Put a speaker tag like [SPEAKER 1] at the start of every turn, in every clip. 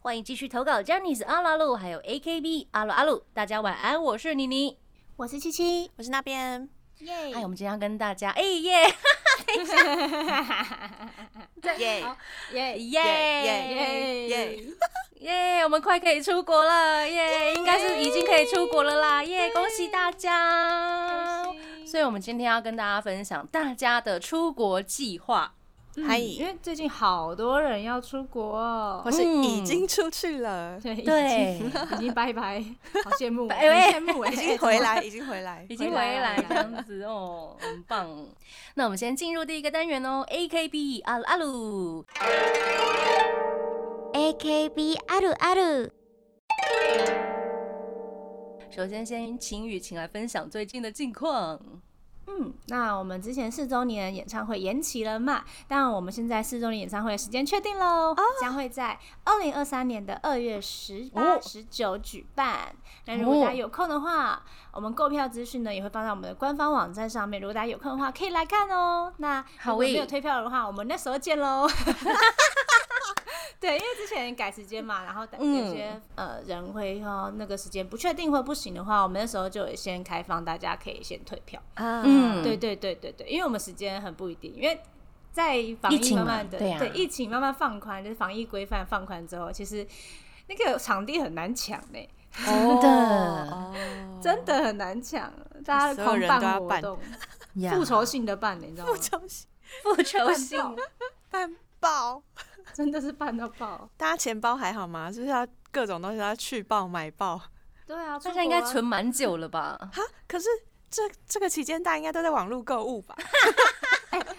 [SPEAKER 1] 欢迎继续投稿 j a n i c e 阿拉路，还有 AKB 阿鲁阿鲁。大家晚安，我是妮妮。
[SPEAKER 2] 我是七七，我是那边，
[SPEAKER 1] 哎，我们今天要跟大家，哎耶
[SPEAKER 2] 耶
[SPEAKER 1] 耶
[SPEAKER 2] 耶耶！
[SPEAKER 1] 耶我们快可以出国了，耶、应该是已经可以出国了啦，耶、恭喜大家！所以，我们今天要跟大家分享大家的出国计划。
[SPEAKER 2] 嗨，
[SPEAKER 3] 嗯因为最近好多人要出国
[SPEAKER 2] 我
[SPEAKER 3] 哦，
[SPEAKER 2] 是已经出去了，
[SPEAKER 3] 对，
[SPEAKER 1] 对
[SPEAKER 3] 已经已经拜拜，好羡 慕，
[SPEAKER 1] 拜拜
[SPEAKER 3] 很羡 慕哎，
[SPEAKER 2] 已经回来，已经回来
[SPEAKER 1] 已。经回
[SPEAKER 3] 回来
[SPEAKER 1] 来
[SPEAKER 3] 了
[SPEAKER 1] 这样子哦，很棒。那我们先进入第一个单元哦，AKB 阿鲁阿鲁。
[SPEAKER 4] AKB あるある
[SPEAKER 1] 首先，先请雨晴来分享最近的近况。
[SPEAKER 3] 嗯，那我们之前四周年演唱会延期了嘛？但我们现在四周年演唱会的时间确定喽
[SPEAKER 1] 哦
[SPEAKER 3] 将会在二零二三年的二月十八、
[SPEAKER 1] 哦
[SPEAKER 3] 十九举办。那如果大家有空的话，我们购票资讯呢也会放在我们的官方网站上面。如果大家有空的话，可以来看哦。那
[SPEAKER 1] 好
[SPEAKER 3] 如果没
[SPEAKER 1] 诶
[SPEAKER 3] 有退票的话，我们那时候 见喽。对，因为之前改时间嘛，然后等
[SPEAKER 1] 嗯
[SPEAKER 3] 有些、呃人会说那个时间不确定或不行的话，我们那时候就先开放，大家可以先退票。
[SPEAKER 2] 啊
[SPEAKER 1] 嗯
[SPEAKER 3] 对对对对对，因为我们时间很不一定，因为在防
[SPEAKER 1] 疫
[SPEAKER 3] 疫
[SPEAKER 1] 情嘛
[SPEAKER 3] 慢慢的
[SPEAKER 1] 对啊
[SPEAKER 3] 疫情慢慢放宽，就是防疫规范放宽之后，其实那个场地很难抢呢、
[SPEAKER 1] 真的
[SPEAKER 2] 哦
[SPEAKER 3] 真的很难抢，大家
[SPEAKER 2] 所有
[SPEAKER 3] 狂
[SPEAKER 2] 人都要
[SPEAKER 3] 办活
[SPEAKER 2] 办
[SPEAKER 3] 动，
[SPEAKER 1] 呀
[SPEAKER 3] 复仇性的办，你知道吗？
[SPEAKER 2] 不小心
[SPEAKER 1] 复仇性
[SPEAKER 3] 办爆
[SPEAKER 2] 办爆，
[SPEAKER 3] 真的是办到爆，
[SPEAKER 2] 大家钱包还好吗？就是要各种东西都要去爆买爆。
[SPEAKER 3] 对啊，
[SPEAKER 1] 大
[SPEAKER 3] 出
[SPEAKER 1] 家应
[SPEAKER 3] 国
[SPEAKER 1] 该
[SPEAKER 3] 啊
[SPEAKER 1] 存蛮久了吧？
[SPEAKER 2] 哈，可是这这个期间大家应该都在网络购物吧？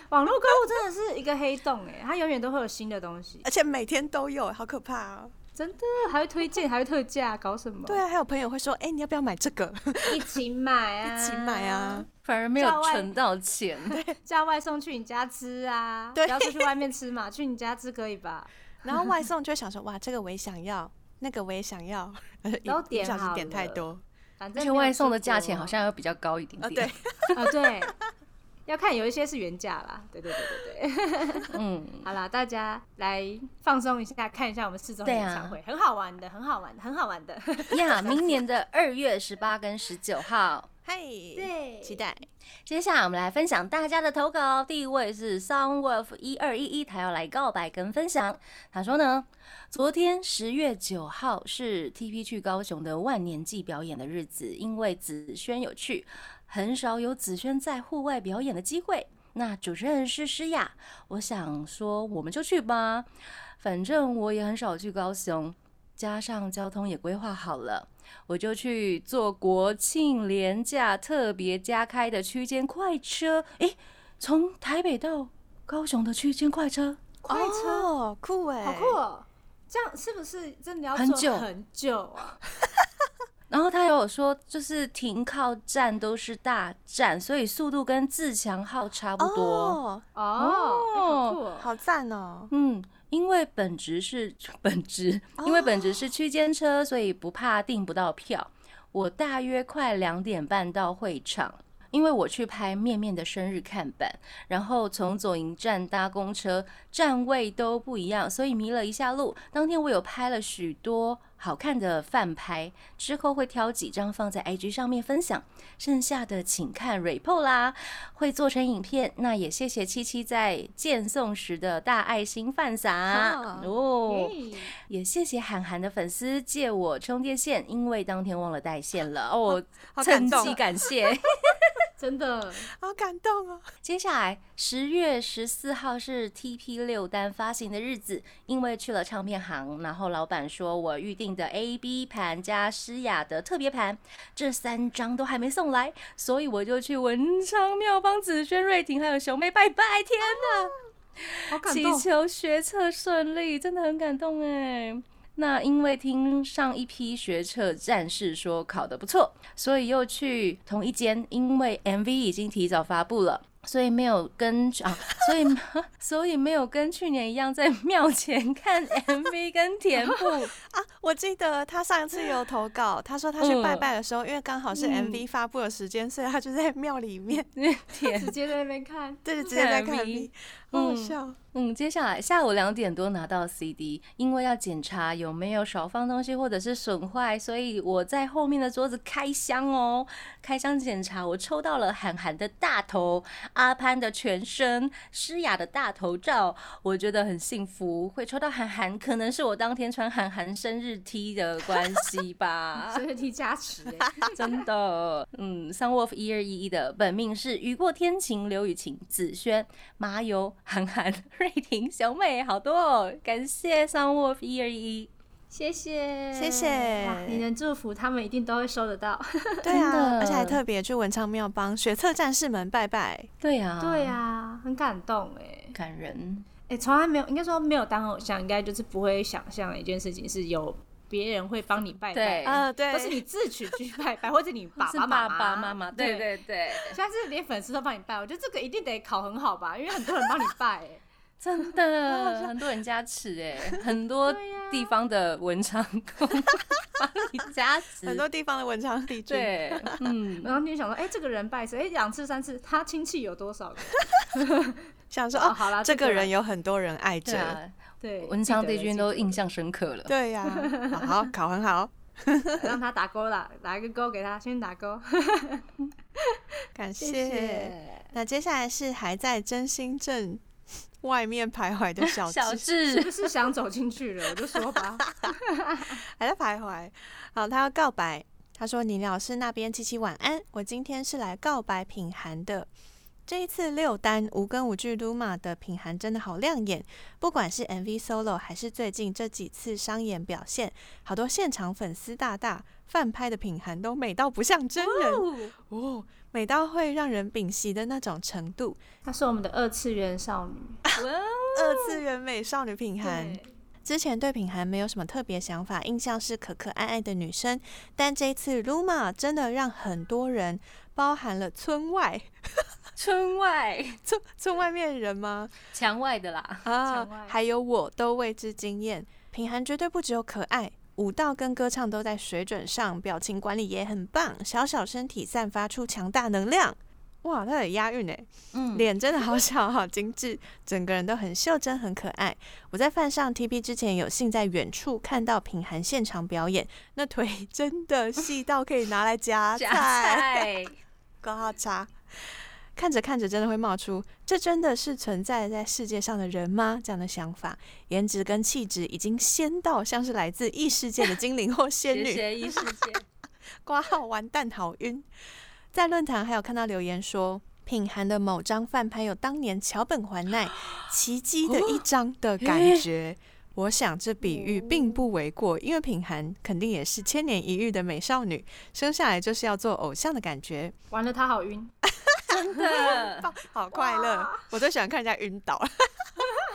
[SPEAKER 3] 网络购物真的是一个黑洞哎、它永远都会有新的东西，
[SPEAKER 2] 而且每天都有，好可怕哦。
[SPEAKER 3] 真的还会推荐，还会特价，搞什么？
[SPEAKER 2] 对，啊，还有朋友会说，哎，你要不要买这个？
[SPEAKER 3] 一起买啊，
[SPEAKER 2] 一起买啊。！
[SPEAKER 1] 反而没有
[SPEAKER 3] 校外
[SPEAKER 1] 存到钱。
[SPEAKER 3] 叫外送去你家吃啊，
[SPEAKER 2] 对
[SPEAKER 3] 不要出去外面吃嘛，去你家吃可以吧？
[SPEAKER 2] 然后外送就会想说，哇，这个我也想要，那个我也想要，然后一
[SPEAKER 3] 都点
[SPEAKER 2] 一不小时
[SPEAKER 3] 好
[SPEAKER 2] 点太
[SPEAKER 3] 了
[SPEAKER 2] 多
[SPEAKER 3] 反
[SPEAKER 1] 而
[SPEAKER 3] 正
[SPEAKER 1] 且
[SPEAKER 3] 没有
[SPEAKER 1] 外
[SPEAKER 3] 出
[SPEAKER 1] 送的价
[SPEAKER 3] 国
[SPEAKER 1] 钱好像要比较高一点
[SPEAKER 2] 啊，
[SPEAKER 1] 点。
[SPEAKER 2] 对，
[SPEAKER 3] 啊，对，要看有一些是原价啦，对对对对对。
[SPEAKER 1] 嗯，
[SPEAKER 3] 好啦，大家来放松一下，看一下我们四周年
[SPEAKER 1] 对啊
[SPEAKER 3] 演唱会，很好玩的，很好玩，很好玩的。
[SPEAKER 1] 呀，明年的二月十八跟十九号。
[SPEAKER 2] 嘿，
[SPEAKER 3] 对
[SPEAKER 2] 期待。
[SPEAKER 1] 接下来我们来分享大家的投稿，第一位是 Soundwolf 一二一一，他要来告白跟分享。他说呢，昨天十月九号是 TP 去高雄的万年祭表演的日子，因为子轩有去，很少有子轩在户外表演的机会。那主持人是诗雅，我想说我们就去吧，反正我也很少去高雄，加上交通也规划好了。我就去坐国庆廉价特别加开的区间快车，诶，从台北到高雄的区间快车，
[SPEAKER 3] 快车，
[SPEAKER 2] 哦，酷哎，
[SPEAKER 3] 好酷哦！这样是不是真的要
[SPEAKER 1] 很
[SPEAKER 3] 坐
[SPEAKER 1] 久
[SPEAKER 3] 很久啊？
[SPEAKER 1] 然后他有说就是停靠站都是大站，所以速度跟自强号差不多。
[SPEAKER 2] 哦，
[SPEAKER 3] 哦，哎好酷哦！
[SPEAKER 2] 好赞哦，
[SPEAKER 1] 嗯，因为本职是 本职，因为本职是区间车，所以不怕订不到票。我大约快两点半到会场，因为我去拍面面的生日看板，然后从左营站搭公车，站位都不一样，所以迷了一下路。当天我有拍了许多好看的饭拍，之后会挑几张放在 IG 上面分享，剩下的请看 repo 啦。会做成影片，那也谢谢七七在见送时的大爱心犯
[SPEAKER 2] 啊
[SPEAKER 1] 傻哦，
[SPEAKER 3] 耶
[SPEAKER 1] 也谢谢韩寒的粉丝借我充电线，因为当天忘了带线了哦，
[SPEAKER 2] 好感
[SPEAKER 1] 趁
[SPEAKER 2] 动啊
[SPEAKER 1] 机，感谢。
[SPEAKER 3] 真的，
[SPEAKER 2] 好感动哦，
[SPEAKER 1] 接下来十月十四号是 TP 六单发行的日子，因为去了唱片行，然后老板说我预定的 A、B 盘加诗雅的特别盘这三张都还没送来，所以我就去文昌庙帮子轩、瑞婷还有熊妹拜拜。天哪！
[SPEAKER 3] 好感
[SPEAKER 1] 祈
[SPEAKER 3] 动。
[SPEAKER 1] 求学测顺利，真的很感动哎。那因为听上一批学测战士说考得不错，所以又去同一间，因为 MV 已经提早发布了。所以没有跟啊，所以 所以没有跟去年一样在庙前看 MV 跟填补，
[SPEAKER 2] 啊，我记得他上次有投稿，他说他去拜
[SPEAKER 1] 嗯
[SPEAKER 2] 拜的时候，因为刚好是 MV 发布的时间，所以他就在庙里面，
[SPEAKER 1] 填
[SPEAKER 3] 直接在那 边看。
[SPEAKER 2] 对，直接在看
[SPEAKER 1] 看
[SPEAKER 2] MV，
[SPEAKER 1] MV
[SPEAKER 2] 好好
[SPEAKER 1] 嗯
[SPEAKER 2] 笑。
[SPEAKER 1] 嗯，接下来下午两点多拿到 CD，因为要检查有没有少放东西或者是损坏，所以我在后面的桌子开箱哦。开箱检查，我抽到了韩寒的大头、阿潘的全身、诗雅的大头照，我觉得很幸福。会抽到韩寒，可能是我当天穿韩寒生日 T 的关系吧。
[SPEAKER 3] 所以替加持、欸，
[SPEAKER 1] 真的，嗯，Sun Wolf 一二一一的本命是雨过天晴、刘雨晴、子轩、麻油、韩寒、瑞婷、小美，好多哦！感谢 Sun Wolf 一二一，
[SPEAKER 3] 谢谢，
[SPEAKER 2] 谢谢
[SPEAKER 3] 哇你的祝福他们一定都会收得到。
[SPEAKER 2] 对啊，
[SPEAKER 1] 的
[SPEAKER 2] 而且还特别去文昌庙帮学测战士们拜拜。
[SPEAKER 1] 对呀、啊，
[SPEAKER 3] 对、啊，很感动哎，
[SPEAKER 1] 感人，
[SPEAKER 3] 哎，从来没有，应该说没有当偶像，应该就是不会想象的一件事情是有别人会帮你拜拜，
[SPEAKER 1] 对
[SPEAKER 2] 呃，对
[SPEAKER 3] 都，是你自己去拜 拜，或者你爸
[SPEAKER 1] 是
[SPEAKER 3] 爸妈
[SPEAKER 1] 爸爸妈妈，对
[SPEAKER 3] 对。
[SPEAKER 1] 对对，
[SPEAKER 3] 现在是连粉丝都帮你拜，我觉得这个一定得考很好吧，因为很多人帮你拜、哎
[SPEAKER 1] 真的，很多人加持哎，很多
[SPEAKER 3] 对呀
[SPEAKER 1] 地方的文昌宫帮你加持，
[SPEAKER 2] 啊很多地方的文昌帝君。
[SPEAKER 1] 对， 嗯，
[SPEAKER 3] 然后你就想说，哎、这个人拜谁？哎、两次三次，他亲戚有多少个？
[SPEAKER 2] 想说
[SPEAKER 3] 哦
[SPEAKER 2] 哦，
[SPEAKER 3] 好啦
[SPEAKER 2] 这
[SPEAKER 3] 这个
[SPEAKER 2] 个
[SPEAKER 3] 啦
[SPEAKER 2] 人有很多人爱
[SPEAKER 1] 对
[SPEAKER 2] 着，
[SPEAKER 1] 啊，
[SPEAKER 3] 对，
[SPEAKER 1] 文昌
[SPEAKER 3] 记得
[SPEAKER 1] 帝
[SPEAKER 3] 了
[SPEAKER 1] 君
[SPEAKER 3] 记得
[SPEAKER 1] 都
[SPEAKER 3] 了
[SPEAKER 1] 印象深刻了。
[SPEAKER 2] 对呀、好好考很好，
[SPEAKER 3] 让他打勾啦，打一个勾给他，先打勾。
[SPEAKER 2] 感谢。
[SPEAKER 3] 谢。
[SPEAKER 2] 那接下来是还在真心镇 外面徘徊的小
[SPEAKER 1] 小
[SPEAKER 2] 智
[SPEAKER 1] 智
[SPEAKER 3] 是不是想走进去了？我就说 吧，
[SPEAKER 2] 还在徘徊。好，他要告白，他说：“倪老师那边七七晚安，我今天是来告白品涵的。这一次六单无根无据 Luma 的品涵真的好亮眼，不管是 MV solo 还是最近这几次商演表现，好多现场粉丝大大翻拍的品涵都美到不像真人哦，美到会让人屏息的那种程度。
[SPEAKER 3] 她是我们的二次元少女。
[SPEAKER 2] 二次元美少女品涵。”
[SPEAKER 3] 对，
[SPEAKER 2] 之前对品涵没有什么特别想法，印象是可可爱爱的女生，但这一次 Luma 真的让很多人，包含了村外
[SPEAKER 1] 村外
[SPEAKER 2] 村村外面人吗？
[SPEAKER 1] 墙外的啦，
[SPEAKER 2] 啊
[SPEAKER 3] 村外，
[SPEAKER 2] 还有我都为之惊艳。品涵绝对不只有可爱，舞蹈跟歌唱都在水准上，表情管理也很棒，小小身体散发出强大能量。哇，他有押韵哎！
[SPEAKER 1] 嗯，
[SPEAKER 2] 脸真的好小，好 精致，整个人都很袖珍，很可爱。我在犯上 TP 之前，有幸在远处看到品涵现场表演，那腿 真的细到可以拿来夹
[SPEAKER 1] 夹
[SPEAKER 2] 菜，
[SPEAKER 1] 菜，
[SPEAKER 2] 高哈叉。看着看着，真的会冒出“这真的是存在在世界上的人吗？”这样的想法。颜值跟气质已经仙到像是来自异世界的精灵或仙
[SPEAKER 1] 学
[SPEAKER 2] 女。
[SPEAKER 1] 学异世界，
[SPEAKER 2] 挂号完蛋，好晕。在论坛还有看到留言说，品涵的某张饭拍有当年桥本环奈奇迹的一张的感觉。我想这比喻并不为过，因为品涵肯定也是千年一遇的美少女，生下来就是要做偶像的感觉，
[SPEAKER 3] 完了，她好晕。
[SPEAKER 1] 真的，
[SPEAKER 2] 棒好快乐！我最喜欢看人家晕倒。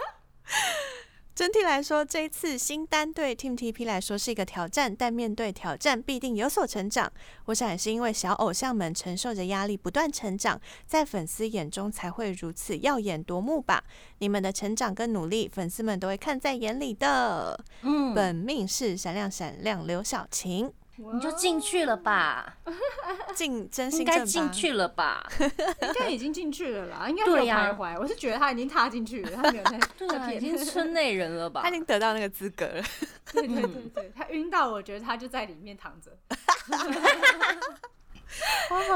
[SPEAKER 2] 整体来说，这一次新单对 Team TP 来说是一个挑战，但面对挑战必定有所成长。我想也是因为小偶像们承受着压力不断成长，在粉丝眼中才会如此耀眼夺目吧。你们的成长跟努力，粉丝们都会看在眼里的。
[SPEAKER 1] 嗯，
[SPEAKER 2] 本命是闪亮闪亮刘晓晴，
[SPEAKER 1] 你
[SPEAKER 3] 你
[SPEAKER 1] 就进去了吧，
[SPEAKER 2] 进真
[SPEAKER 1] 应
[SPEAKER 2] 心
[SPEAKER 1] 该
[SPEAKER 2] 正
[SPEAKER 1] 进
[SPEAKER 2] 吧。
[SPEAKER 1] 去了吧，
[SPEAKER 3] 应该已经进去了啦，应该没有
[SPEAKER 1] 对呀
[SPEAKER 3] 徘徊。我是觉得她已经踏进去了，她没有在
[SPEAKER 1] 对
[SPEAKER 3] 在
[SPEAKER 1] 啊，已
[SPEAKER 3] 骗
[SPEAKER 1] 经村内人了吧
[SPEAKER 2] 他已，经得到那个资格了，
[SPEAKER 3] 对对对对，她晕到，我觉得她就在里面躺着，
[SPEAKER 2] 好好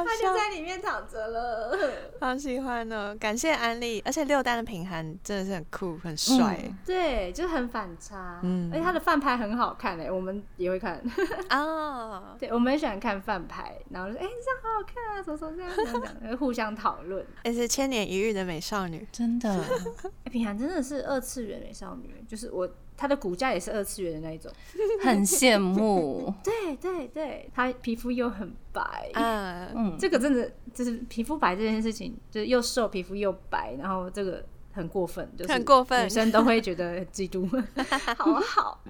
[SPEAKER 3] 她
[SPEAKER 2] 笑
[SPEAKER 3] 就在里面躺着了。
[SPEAKER 2] 好喜欢哦，感谢安利，而且六单的品涵真的是很酷
[SPEAKER 1] 嗯
[SPEAKER 2] 很帅、 欸
[SPEAKER 3] 对，就很反差，
[SPEAKER 2] 嗯
[SPEAKER 3] 而且她的饭拍很好看哎，我们也会看。
[SPEAKER 2] 哦。
[SPEAKER 3] 对，我们很喜欢看饭牌，然后就哎、这样好好看啊，什么什么这样这样这样，会互相讨论。
[SPEAKER 2] 也是千年一遇的美少女，
[SPEAKER 1] 真 的，
[SPEAKER 3] 哎品涵真的是二次元美少女，就是我她的骨架也是二次元的那一种。
[SPEAKER 1] 很羡慕，
[SPEAKER 3] 对对对，她皮肤又很白，
[SPEAKER 2] 啊，
[SPEAKER 1] 嗯，
[SPEAKER 3] 这个真的就是皮肤白这件事情，就是又瘦皮肤又白，然后这个很过分，就是
[SPEAKER 2] 很过分
[SPEAKER 3] 女生都会觉得很嫉妒，好好。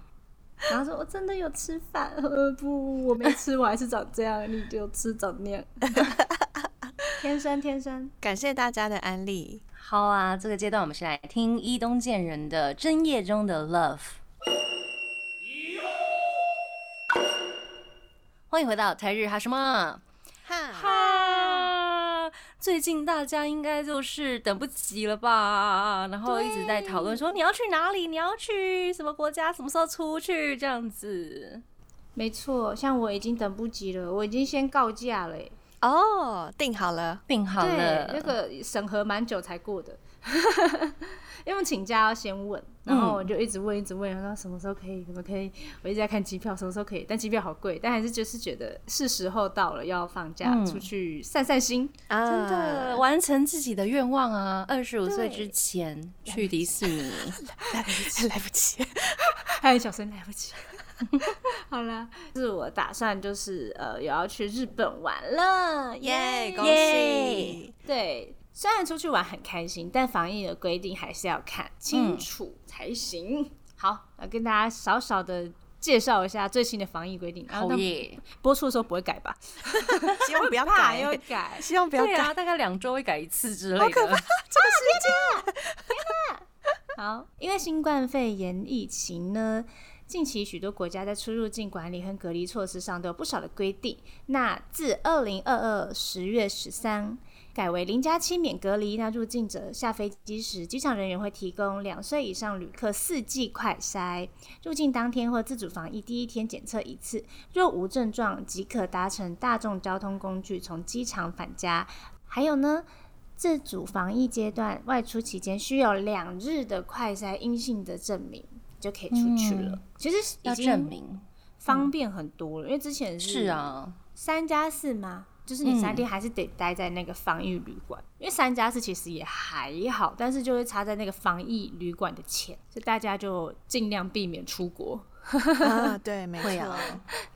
[SPEAKER 3] 然后说我真的有吃饭，呃不，我没吃，我还是长这样，你就吃长那 样，天生天生。
[SPEAKER 2] 感谢大家的安利。
[SPEAKER 1] 好啊，这个阶段我们先来听伊东健人的《针叶中的 Love》。欢迎回到台日哈什么
[SPEAKER 2] 哈，
[SPEAKER 1] 哈！最近大家应该就是等不及了吧，然后一直在讨论说你要去哪里，你要去什么国家，什么时候出去这样子。
[SPEAKER 3] 没错，像我已经等不及了，我已经先告假了耶。
[SPEAKER 2] 哦，定好了。
[SPEAKER 1] 病好
[SPEAKER 3] 对
[SPEAKER 1] 了，，
[SPEAKER 3] 那个审核蛮久才过的， 因为请假要先问，然后我
[SPEAKER 1] 嗯
[SPEAKER 3] 就一直问，一直问，然后什么时候可以，什么可以，我一直在看机票，什么时候可以，但机票好贵，但还是就是觉得是时候到了，要放假、
[SPEAKER 1] 嗯
[SPEAKER 3] 出去散散心。
[SPEAKER 2] 啊，
[SPEAKER 1] 真的呃完成自己的愿望啊！二十五岁
[SPEAKER 3] 对
[SPEAKER 1] 之前去迪士尼，
[SPEAKER 2] 来不及。
[SPEAKER 3] 还有小声，来不及。 好啦，就是我打算就是呃，也要去日本玩了，
[SPEAKER 2] 耶，恭
[SPEAKER 1] 耶
[SPEAKER 2] 喜！
[SPEAKER 3] 对，虽然出去玩很开心，但防疫的规定还是要看
[SPEAKER 1] 嗯
[SPEAKER 3] 清楚才行。好，来跟大家少少的介绍一下最新的防疫规定。然后
[SPEAKER 1] 好
[SPEAKER 3] 啊那
[SPEAKER 1] 耶！
[SPEAKER 3] 播出的时候不会改吧？
[SPEAKER 2] 希望 不要
[SPEAKER 3] 怕又
[SPEAKER 2] 改，
[SPEAKER 3] 改。
[SPEAKER 2] 希望不要
[SPEAKER 1] 对
[SPEAKER 2] 改。
[SPEAKER 1] 啊，大概两周会改一次之类的。
[SPEAKER 3] 好，因为新冠肺炎疫情呢，近期许多国家在出入境管理和隔离措施上都有不少的规定。那自二零二二十月十三改为零加七免隔离，那入境者下飞机时，机场人员会提供两岁以上旅客四季快筛，入境当天或自主防疫第一天检测一次，若无症状即可搭乘大众交通工具从机场返家。还有呢，自主防疫阶段外出期间需有两日的快筛阴性的证明，就可以出去了。
[SPEAKER 1] 嗯
[SPEAKER 3] 其实已
[SPEAKER 1] 要
[SPEAKER 3] 经
[SPEAKER 1] 证明
[SPEAKER 3] 方便很多了，因为之前
[SPEAKER 1] 是，啊，
[SPEAKER 3] 三加四嘛，就是你三
[SPEAKER 1] 嗯
[SPEAKER 3] 天还是得待在那个防疫旅馆，因为三加四其实也还好，但是就会差在那个防疫旅馆的钱，所以大家就尽量避免出国。
[SPEAKER 2] 啊，对，没
[SPEAKER 1] 会
[SPEAKER 2] 错
[SPEAKER 1] 啊。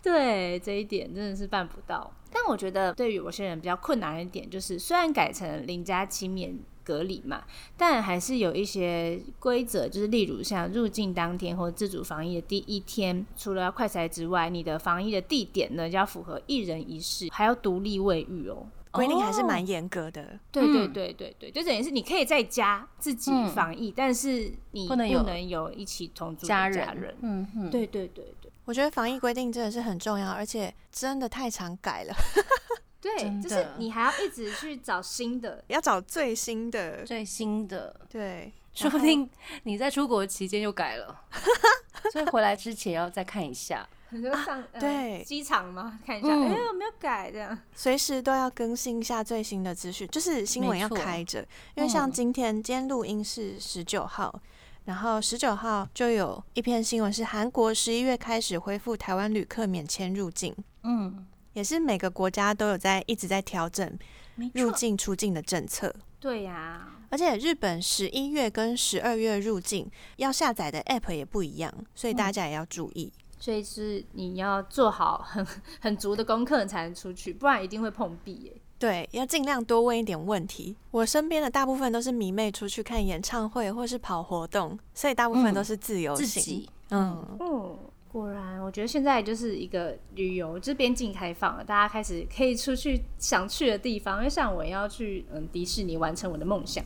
[SPEAKER 3] 对这一点真的是办不到。但我觉得对于有些人比较困难的一点，就是虽然改成零加七免隔离嘛，但还是有一些规则，就是例如像入境当天或自主防疫的第一天，除了要快筛之外，你的防疫的地点呢要符合一人一室，还要独立卫浴哦。
[SPEAKER 2] 规定还是
[SPEAKER 1] 哦
[SPEAKER 2] 蛮严格的。
[SPEAKER 3] 对对
[SPEAKER 1] 嗯
[SPEAKER 3] 对对对，就等于是你可以在家自己
[SPEAKER 1] 嗯
[SPEAKER 3] 防疫，但是你
[SPEAKER 1] 不
[SPEAKER 3] 不
[SPEAKER 1] 能有
[SPEAKER 3] 能有一起同住的
[SPEAKER 1] 家
[SPEAKER 3] 人。
[SPEAKER 1] 人，嗯哼，
[SPEAKER 3] 对对对对。
[SPEAKER 2] 我觉得防疫规定真的是很重要，而且真的太常改了，
[SPEAKER 3] 对，
[SPEAKER 1] 真
[SPEAKER 3] 就是
[SPEAKER 1] 的
[SPEAKER 3] 你还要一直去找新的，
[SPEAKER 2] 要找最新的。
[SPEAKER 1] 最新的，
[SPEAKER 2] 对，
[SPEAKER 1] 说不定你在出国期间又改了， 所以回来之前要再看一下。
[SPEAKER 3] 你就上、呃
[SPEAKER 2] 对
[SPEAKER 3] 机场吗？看一下，哎、
[SPEAKER 1] 嗯
[SPEAKER 3] 有没有改这样？
[SPEAKER 2] 随时都要更新一下最新的资讯，就是新闻
[SPEAKER 1] 没
[SPEAKER 2] 要
[SPEAKER 1] 错
[SPEAKER 2] 开着，因为像
[SPEAKER 1] 嗯
[SPEAKER 2] 今天、今天录音是十九号，然后十九号就有一篇新闻是韩国十一月开始恢复台湾旅客免签入境，
[SPEAKER 1] 嗯，
[SPEAKER 2] 也是每个国家都有在一直在调整
[SPEAKER 1] 没
[SPEAKER 2] 入
[SPEAKER 1] 错，
[SPEAKER 2] 境出境的政策。
[SPEAKER 3] 对呀、
[SPEAKER 2] 而且日本十一月跟十二月入境要下载的 App 也不一样，所以
[SPEAKER 1] 嗯
[SPEAKER 2] 大家也要注意。
[SPEAKER 3] 所以是你要做好很 很足的功课，你才能出去，不然一定会碰壁耶。
[SPEAKER 2] 对，要尽量多问一点问题。我身边的大部分都是迷妹出去看演唱会或是跑活动，所以大部分都是自由
[SPEAKER 1] 嗯自
[SPEAKER 2] 行。
[SPEAKER 1] 己
[SPEAKER 2] 嗯，
[SPEAKER 3] 嗯，果然，我觉得现在就是一个旅游，就是边境开放了，大家开始可以出去想去的地方。因为像我要去嗯迪士尼完成我的梦想，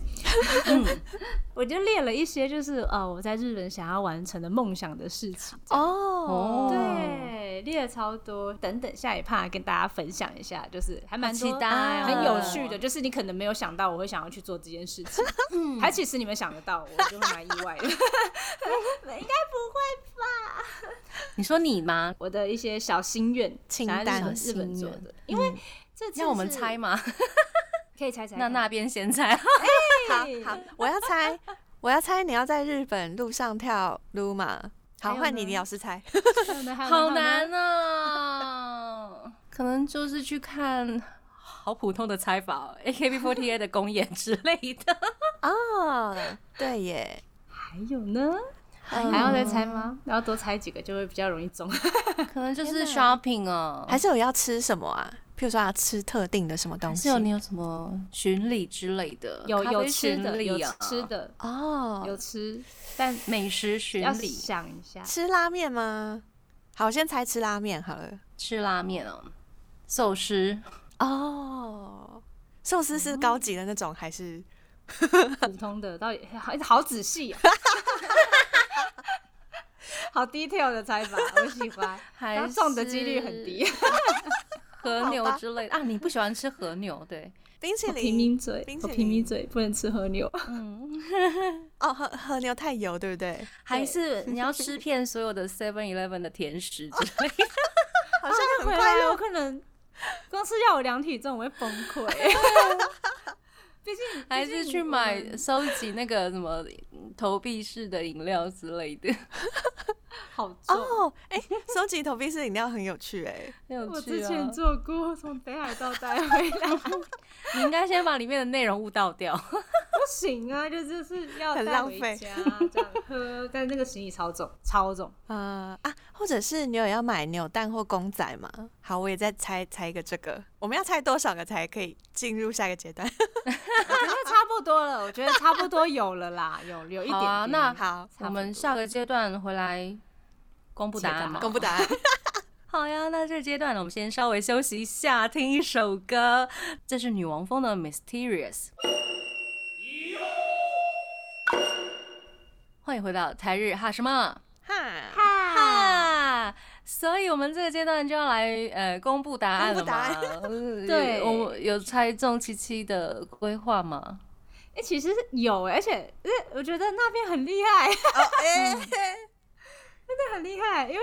[SPEAKER 3] 我就列了一些就是呃我在日本想要完成的梦想的事情。
[SPEAKER 2] 哦，
[SPEAKER 3] 对，列了超多，等等下一趴跟大家分享一下，就是还蛮
[SPEAKER 1] 好
[SPEAKER 3] 多
[SPEAKER 1] 期待哦
[SPEAKER 3] 很有趣的，就是你可能没有想到我会想要去做这件事情，还其实你们想得到，我就会蛮意外的。
[SPEAKER 1] 你说你吗？
[SPEAKER 3] 我的一些小心愿，
[SPEAKER 2] 清
[SPEAKER 3] 想要
[SPEAKER 2] 单
[SPEAKER 3] 日日本
[SPEAKER 1] 小心
[SPEAKER 3] 做
[SPEAKER 1] 愿
[SPEAKER 3] 的，因为这次
[SPEAKER 1] 要我们
[SPEAKER 3] 是
[SPEAKER 1] 猜，吗？
[SPEAKER 3] 可以猜猜
[SPEAKER 1] 那
[SPEAKER 3] 看，
[SPEAKER 1] 那边先猜，
[SPEAKER 2] 好，我要猜，我要猜你要在日本路上跳撸嘛？
[SPEAKER 3] 还
[SPEAKER 1] 哎
[SPEAKER 2] 好，
[SPEAKER 3] 有
[SPEAKER 2] 换
[SPEAKER 3] 呢
[SPEAKER 2] 你李老师 猜。
[SPEAKER 3] 还有呢还
[SPEAKER 1] 好
[SPEAKER 3] 有呢还有呢
[SPEAKER 1] 难啊！可能就是去看好普通的猜法，AKB48 哦的公演之类的。
[SPEAKER 2] 哦，
[SPEAKER 1] 嗯
[SPEAKER 2] 对耶，
[SPEAKER 3] 还有呢，
[SPEAKER 2] 嗯
[SPEAKER 3] 还要再猜吗？然后多猜几个就会比较容易中。
[SPEAKER 1] 可能就是 shopping 哦，
[SPEAKER 2] 还是有要吃什么啊？譬如说要吃特定的什么东
[SPEAKER 1] 还
[SPEAKER 2] 西？
[SPEAKER 1] 是有你有什么巡礼之类的，
[SPEAKER 3] 有
[SPEAKER 1] 咖
[SPEAKER 3] 有
[SPEAKER 1] 啡
[SPEAKER 3] 吃
[SPEAKER 1] 巡
[SPEAKER 3] 的，有
[SPEAKER 1] 礼啊，
[SPEAKER 3] 吃的，
[SPEAKER 2] 哦
[SPEAKER 3] 有，吃，但
[SPEAKER 1] 美食巡
[SPEAKER 3] 要
[SPEAKER 1] 礼，
[SPEAKER 3] 想一下，
[SPEAKER 2] 吃拉面吗？好，我先猜吃拉面好了。
[SPEAKER 1] 吃拉面哦，寿司
[SPEAKER 2] 哦，寿司是高级的那种还是？
[SPEAKER 3] 普通的，到底好好仔细、哦，好 detail 的猜法，我喜欢。
[SPEAKER 1] 还
[SPEAKER 3] 然后
[SPEAKER 1] 是
[SPEAKER 3] 中的几率很低，
[SPEAKER 1] 和牛之类的啊？你不喜欢吃和牛？对，
[SPEAKER 2] 冰淇
[SPEAKER 3] 我
[SPEAKER 2] 淋
[SPEAKER 3] 平民嘴
[SPEAKER 2] 冰，淇
[SPEAKER 3] 我
[SPEAKER 2] 淋
[SPEAKER 3] 平民嘴不能吃和牛。
[SPEAKER 2] 哦，和和牛太油，对不对？
[SPEAKER 1] 还是你要吃遍所有的 Seven Eleven 的甜食之 类的？
[SPEAKER 2] 好 像
[SPEAKER 3] 再
[SPEAKER 2] 很快
[SPEAKER 3] 回来我
[SPEAKER 2] 乐。
[SPEAKER 3] 可能啊光是要我量体重，我会崩溃。 毕竟
[SPEAKER 1] 还
[SPEAKER 3] 毕
[SPEAKER 1] 是
[SPEAKER 3] 竟
[SPEAKER 1] 去
[SPEAKER 3] 我
[SPEAKER 1] 买
[SPEAKER 3] 们
[SPEAKER 1] 收集那个什么投币式的饮料之类的？
[SPEAKER 3] 好重。
[SPEAKER 2] 哦，哎、收集投币式饮料很有趣哎、
[SPEAKER 1] 很有
[SPEAKER 3] 我
[SPEAKER 1] 趣
[SPEAKER 3] 之
[SPEAKER 1] 啊
[SPEAKER 3] 前做过，从北海道带回 来，
[SPEAKER 1] 你应该先把里面的内容悟到 掉。
[SPEAKER 3] 不行啊，就就是要
[SPEAKER 2] 很
[SPEAKER 3] 带
[SPEAKER 2] 浪
[SPEAKER 3] 回
[SPEAKER 2] 费
[SPEAKER 3] 家这样喝，但是那个行李超重，超重。
[SPEAKER 2] 呃啊，或者是你有要买扭蛋或公仔吗？好，我也在猜猜一个这个，我们要猜多少个才可以进入下一个阶段？
[SPEAKER 3] 我觉得差不多了，我觉得差不多有了啦，有有一点
[SPEAKER 1] 好
[SPEAKER 3] 点。
[SPEAKER 1] 啊那
[SPEAKER 2] 好，
[SPEAKER 1] 我们下个阶段回来公布答案嘛。
[SPEAKER 2] 公布 答案。
[SPEAKER 1] 好呀，那这个阶段呢，我们先稍微休息一下，听一首歌，这是女王蜂的《Mysterious》。欢迎回到台日哈什么
[SPEAKER 2] 哈，
[SPEAKER 3] 哈，
[SPEAKER 1] 哈？所以我们这个阶段就要来呃公布答案了嘛？
[SPEAKER 3] 对
[SPEAKER 1] 我有猜中七七的规划吗？
[SPEAKER 3] 哎、其实有、而且呃我觉得那边很厉害，
[SPEAKER 2] 哦哎、
[SPEAKER 3] 真的很厉害，因为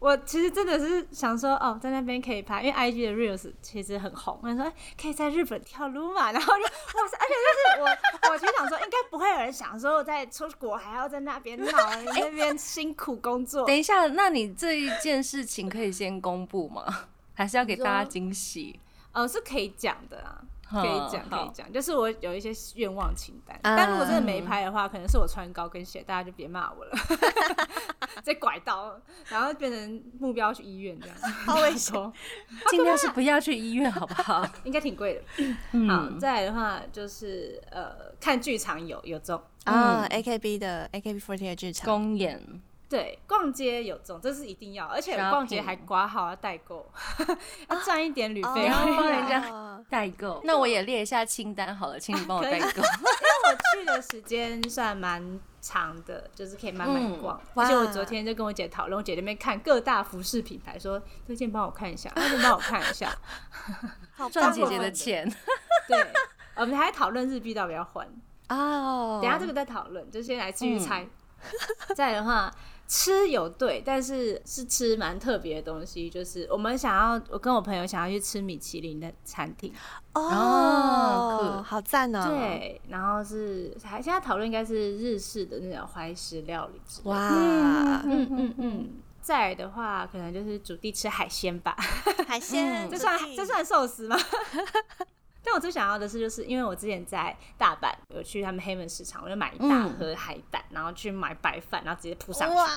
[SPEAKER 3] 我其实真的是想说，哦，在那边可以拍，因为 IG 的 Reels 其实很红，我想说哎可以在日本跳 Luma，然后就哇塞，而且就是我我其实想说，应该不会有人想说我在出国还要在那边闹， 那边辛苦工作。
[SPEAKER 1] 等一下，那你这一件事情可以先公布吗？ 还是要给大家惊喜？
[SPEAKER 3] 呃，是可以讲的啊，可以讲，可以
[SPEAKER 1] 嗯好嗯
[SPEAKER 3] 讲，就是我有一些愿望清单，
[SPEAKER 2] 啊
[SPEAKER 3] 但如果真的没拍的话，可能是我穿高跟鞋，大家就别骂我了， 直接拐到，然后变成目标去医院这样，
[SPEAKER 2] 好危险
[SPEAKER 3] 然后说
[SPEAKER 1] 尽量是不要去医院，好不 好？
[SPEAKER 3] 应该挺贵的。好，
[SPEAKER 1] 嗯，
[SPEAKER 3] 再来的话就是呃，看剧场有有中，
[SPEAKER 2] 啊，AKB 的 AKB48 剧场，
[SPEAKER 1] 公演
[SPEAKER 3] 对，逛街有中，这是一定要，而且
[SPEAKER 1] Shopping
[SPEAKER 3] 逛街还挂号要代购， 要赚一点旅
[SPEAKER 2] 哦
[SPEAKER 3] 费。
[SPEAKER 1] 然后帮人家
[SPEAKER 2] 哦
[SPEAKER 1] 代购，那我也列一下清单好了，请你帮我
[SPEAKER 3] 可
[SPEAKER 1] 代
[SPEAKER 3] 以
[SPEAKER 1] 购。
[SPEAKER 3] 我去的时间算蛮长的，就是可以慢慢逛。
[SPEAKER 2] 哇
[SPEAKER 3] 而且我昨天就跟我姐讨论，我姐在那边看各大服饰品牌，说这件帮我看一下，那件帮我看一下。
[SPEAKER 2] 好
[SPEAKER 1] 赚
[SPEAKER 2] 棒
[SPEAKER 1] 姐姐
[SPEAKER 2] 哦
[SPEAKER 1] 的钱，
[SPEAKER 3] 对，我们还讨论日币到底要换，
[SPEAKER 2] 哦，
[SPEAKER 3] 等一下这个再讨论，就先来继续猜。 再来的话，吃有对，但是是吃蛮特别的东西，就是我们想要，我跟我朋友想要去吃米其林的餐厅，
[SPEAKER 1] 哦
[SPEAKER 2] 哦，好赞哦，，
[SPEAKER 3] 对，然后是还现在讨论应该是日式的那种怀石料理之类的
[SPEAKER 2] 哇，
[SPEAKER 3] 嗯嗯嗯，再来的话，可能就是煮地吃海鲜吧。
[SPEAKER 2] 海鲜，
[SPEAKER 1] 嗯
[SPEAKER 3] 这
[SPEAKER 2] 哦这
[SPEAKER 3] 算这算寿司吗？ 但我最想要的是，就是因为我之前在大阪有去他们黑门市场，我就买一大
[SPEAKER 1] 嗯
[SPEAKER 3] 盒海胆，然后去买白饭，然后直接铺上去，
[SPEAKER 2] 哇，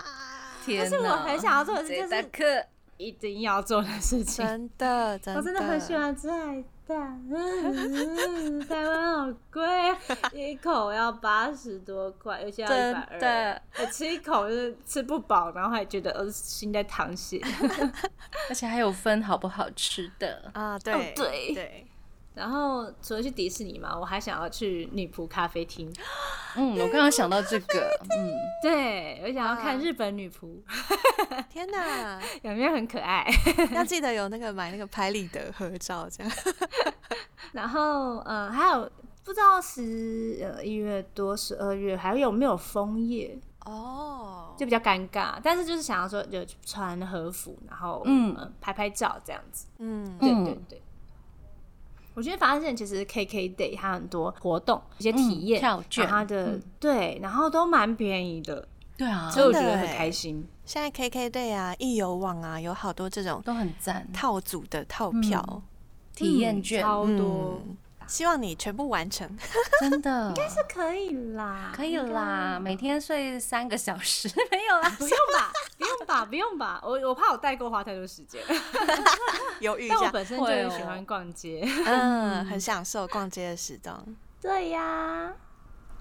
[SPEAKER 1] 天
[SPEAKER 3] 是我很想要做的事就是
[SPEAKER 1] 课
[SPEAKER 3] 一定要做的事情。
[SPEAKER 2] 真的，真的，
[SPEAKER 3] 我真的很啊喜欢吃海胆，嗯台湾好贵，啊一口要八十多块，有些要一
[SPEAKER 1] 真
[SPEAKER 3] 百二。
[SPEAKER 1] 的，
[SPEAKER 3] 我吃一口就是吃不饱，然后还觉得呃心在淌血。
[SPEAKER 1] 而且还有分好不好吃
[SPEAKER 3] 嗯
[SPEAKER 1] 的。
[SPEAKER 2] 啊，对
[SPEAKER 3] 哦对
[SPEAKER 2] 对，
[SPEAKER 3] 然后除了去迪士尼嘛，我还想要去女仆咖啡厅，
[SPEAKER 1] 嗯，我刚刚想到这个，嗯，
[SPEAKER 3] 对我想要看
[SPEAKER 2] 哇
[SPEAKER 3] 日本女仆，
[SPEAKER 2] 天哪，
[SPEAKER 3] 有没有很可爱？
[SPEAKER 2] 要记得有那个买那个拍立得合照这 样，
[SPEAKER 3] 然后嗯、呃还有不知道十呃一月多十二月还有没有枫叶，
[SPEAKER 2] 哦
[SPEAKER 3] 就比较尴尬。但是就是想要说就穿和服，然后
[SPEAKER 1] 嗯
[SPEAKER 3] 嗯、呃拍拍照这样子，
[SPEAKER 2] 嗯
[SPEAKER 3] 对
[SPEAKER 1] 嗯
[SPEAKER 3] 对对。我觉得发现其实 KK Day 它很多活动、一些体
[SPEAKER 1] 嗯
[SPEAKER 3] 验、
[SPEAKER 1] 票券
[SPEAKER 3] 然后它的、
[SPEAKER 1] 嗯
[SPEAKER 3] 对，然后都蛮便宜的，
[SPEAKER 1] 对啊，
[SPEAKER 3] 所以我觉
[SPEAKER 2] 真的
[SPEAKER 3] 得很
[SPEAKER 2] 欸
[SPEAKER 3] 开心。
[SPEAKER 2] 现在 KK 队啊、易游网啊，有好多这种
[SPEAKER 1] 都很赞，
[SPEAKER 2] 套组的套票，
[SPEAKER 1] 体验券
[SPEAKER 3] 超嗯多，
[SPEAKER 2] 嗯希望你全部完 成。
[SPEAKER 1] 真的应该是
[SPEAKER 3] 可以啦，
[SPEAKER 1] 可以啦，每天睡三个小 时没有啦，
[SPEAKER 3] 不用吧， 不用吧，不用吧，我我怕我代购花太多时间，
[SPEAKER 2] 犹豫一
[SPEAKER 3] 但我
[SPEAKER 2] 下，哦
[SPEAKER 3] 本身就很喜欢逛街，
[SPEAKER 2] 嗯，很享受逛街的时光。
[SPEAKER 3] 对呀。
[SPEAKER 2] 嗯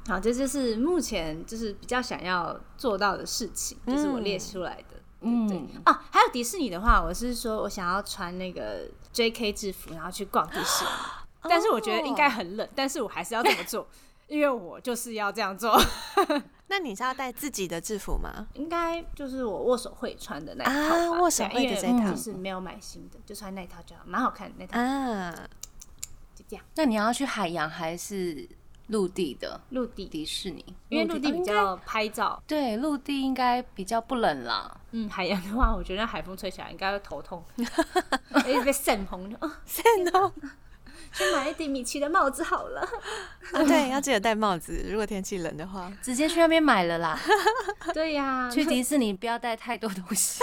[SPEAKER 3] 好，这就是目前就是比较想要做到的事情，就是我列出来的。
[SPEAKER 1] 嗯，
[SPEAKER 3] 哦，还有迪士尼的话，我是说我想要穿那个 J.K. 制服，然后去逛迪 士尼，但是我觉得应该很
[SPEAKER 2] 哦
[SPEAKER 3] 冷，但是我还是要这么做， 因为我就是要这 样做，
[SPEAKER 2] 那你是要带自己的制服吗？
[SPEAKER 3] 应该就是我握手会穿的那一
[SPEAKER 2] 啊
[SPEAKER 3] 套吧，
[SPEAKER 2] 握手
[SPEAKER 3] 对
[SPEAKER 2] 会的
[SPEAKER 3] 因为
[SPEAKER 2] 这一
[SPEAKER 1] 套
[SPEAKER 3] 就是没有买新的，就穿那一套就好，蛮好看的那 套，
[SPEAKER 2] 啊，
[SPEAKER 3] 就这样，
[SPEAKER 1] 那你要去海洋还是陆地的
[SPEAKER 3] 陆地。
[SPEAKER 1] 迪士尼？
[SPEAKER 3] 因为陆地
[SPEAKER 1] 哦
[SPEAKER 3] 比
[SPEAKER 1] 应该
[SPEAKER 3] 较拍照，
[SPEAKER 1] 对，陆地应该比较不冷啦。
[SPEAKER 3] 嗯，海洋的话，我觉得海风吹起来应该会头 痛，而且被扇红了。哦，
[SPEAKER 2] 是哦，
[SPEAKER 3] 去买一顶米奇的帽子好了。
[SPEAKER 2] 啊 对，要记得戴帽子，如果天气冷的话。
[SPEAKER 1] 直接去那边买了 啦。
[SPEAKER 3] 对呀、
[SPEAKER 1] 去迪士尼不要带太多东西，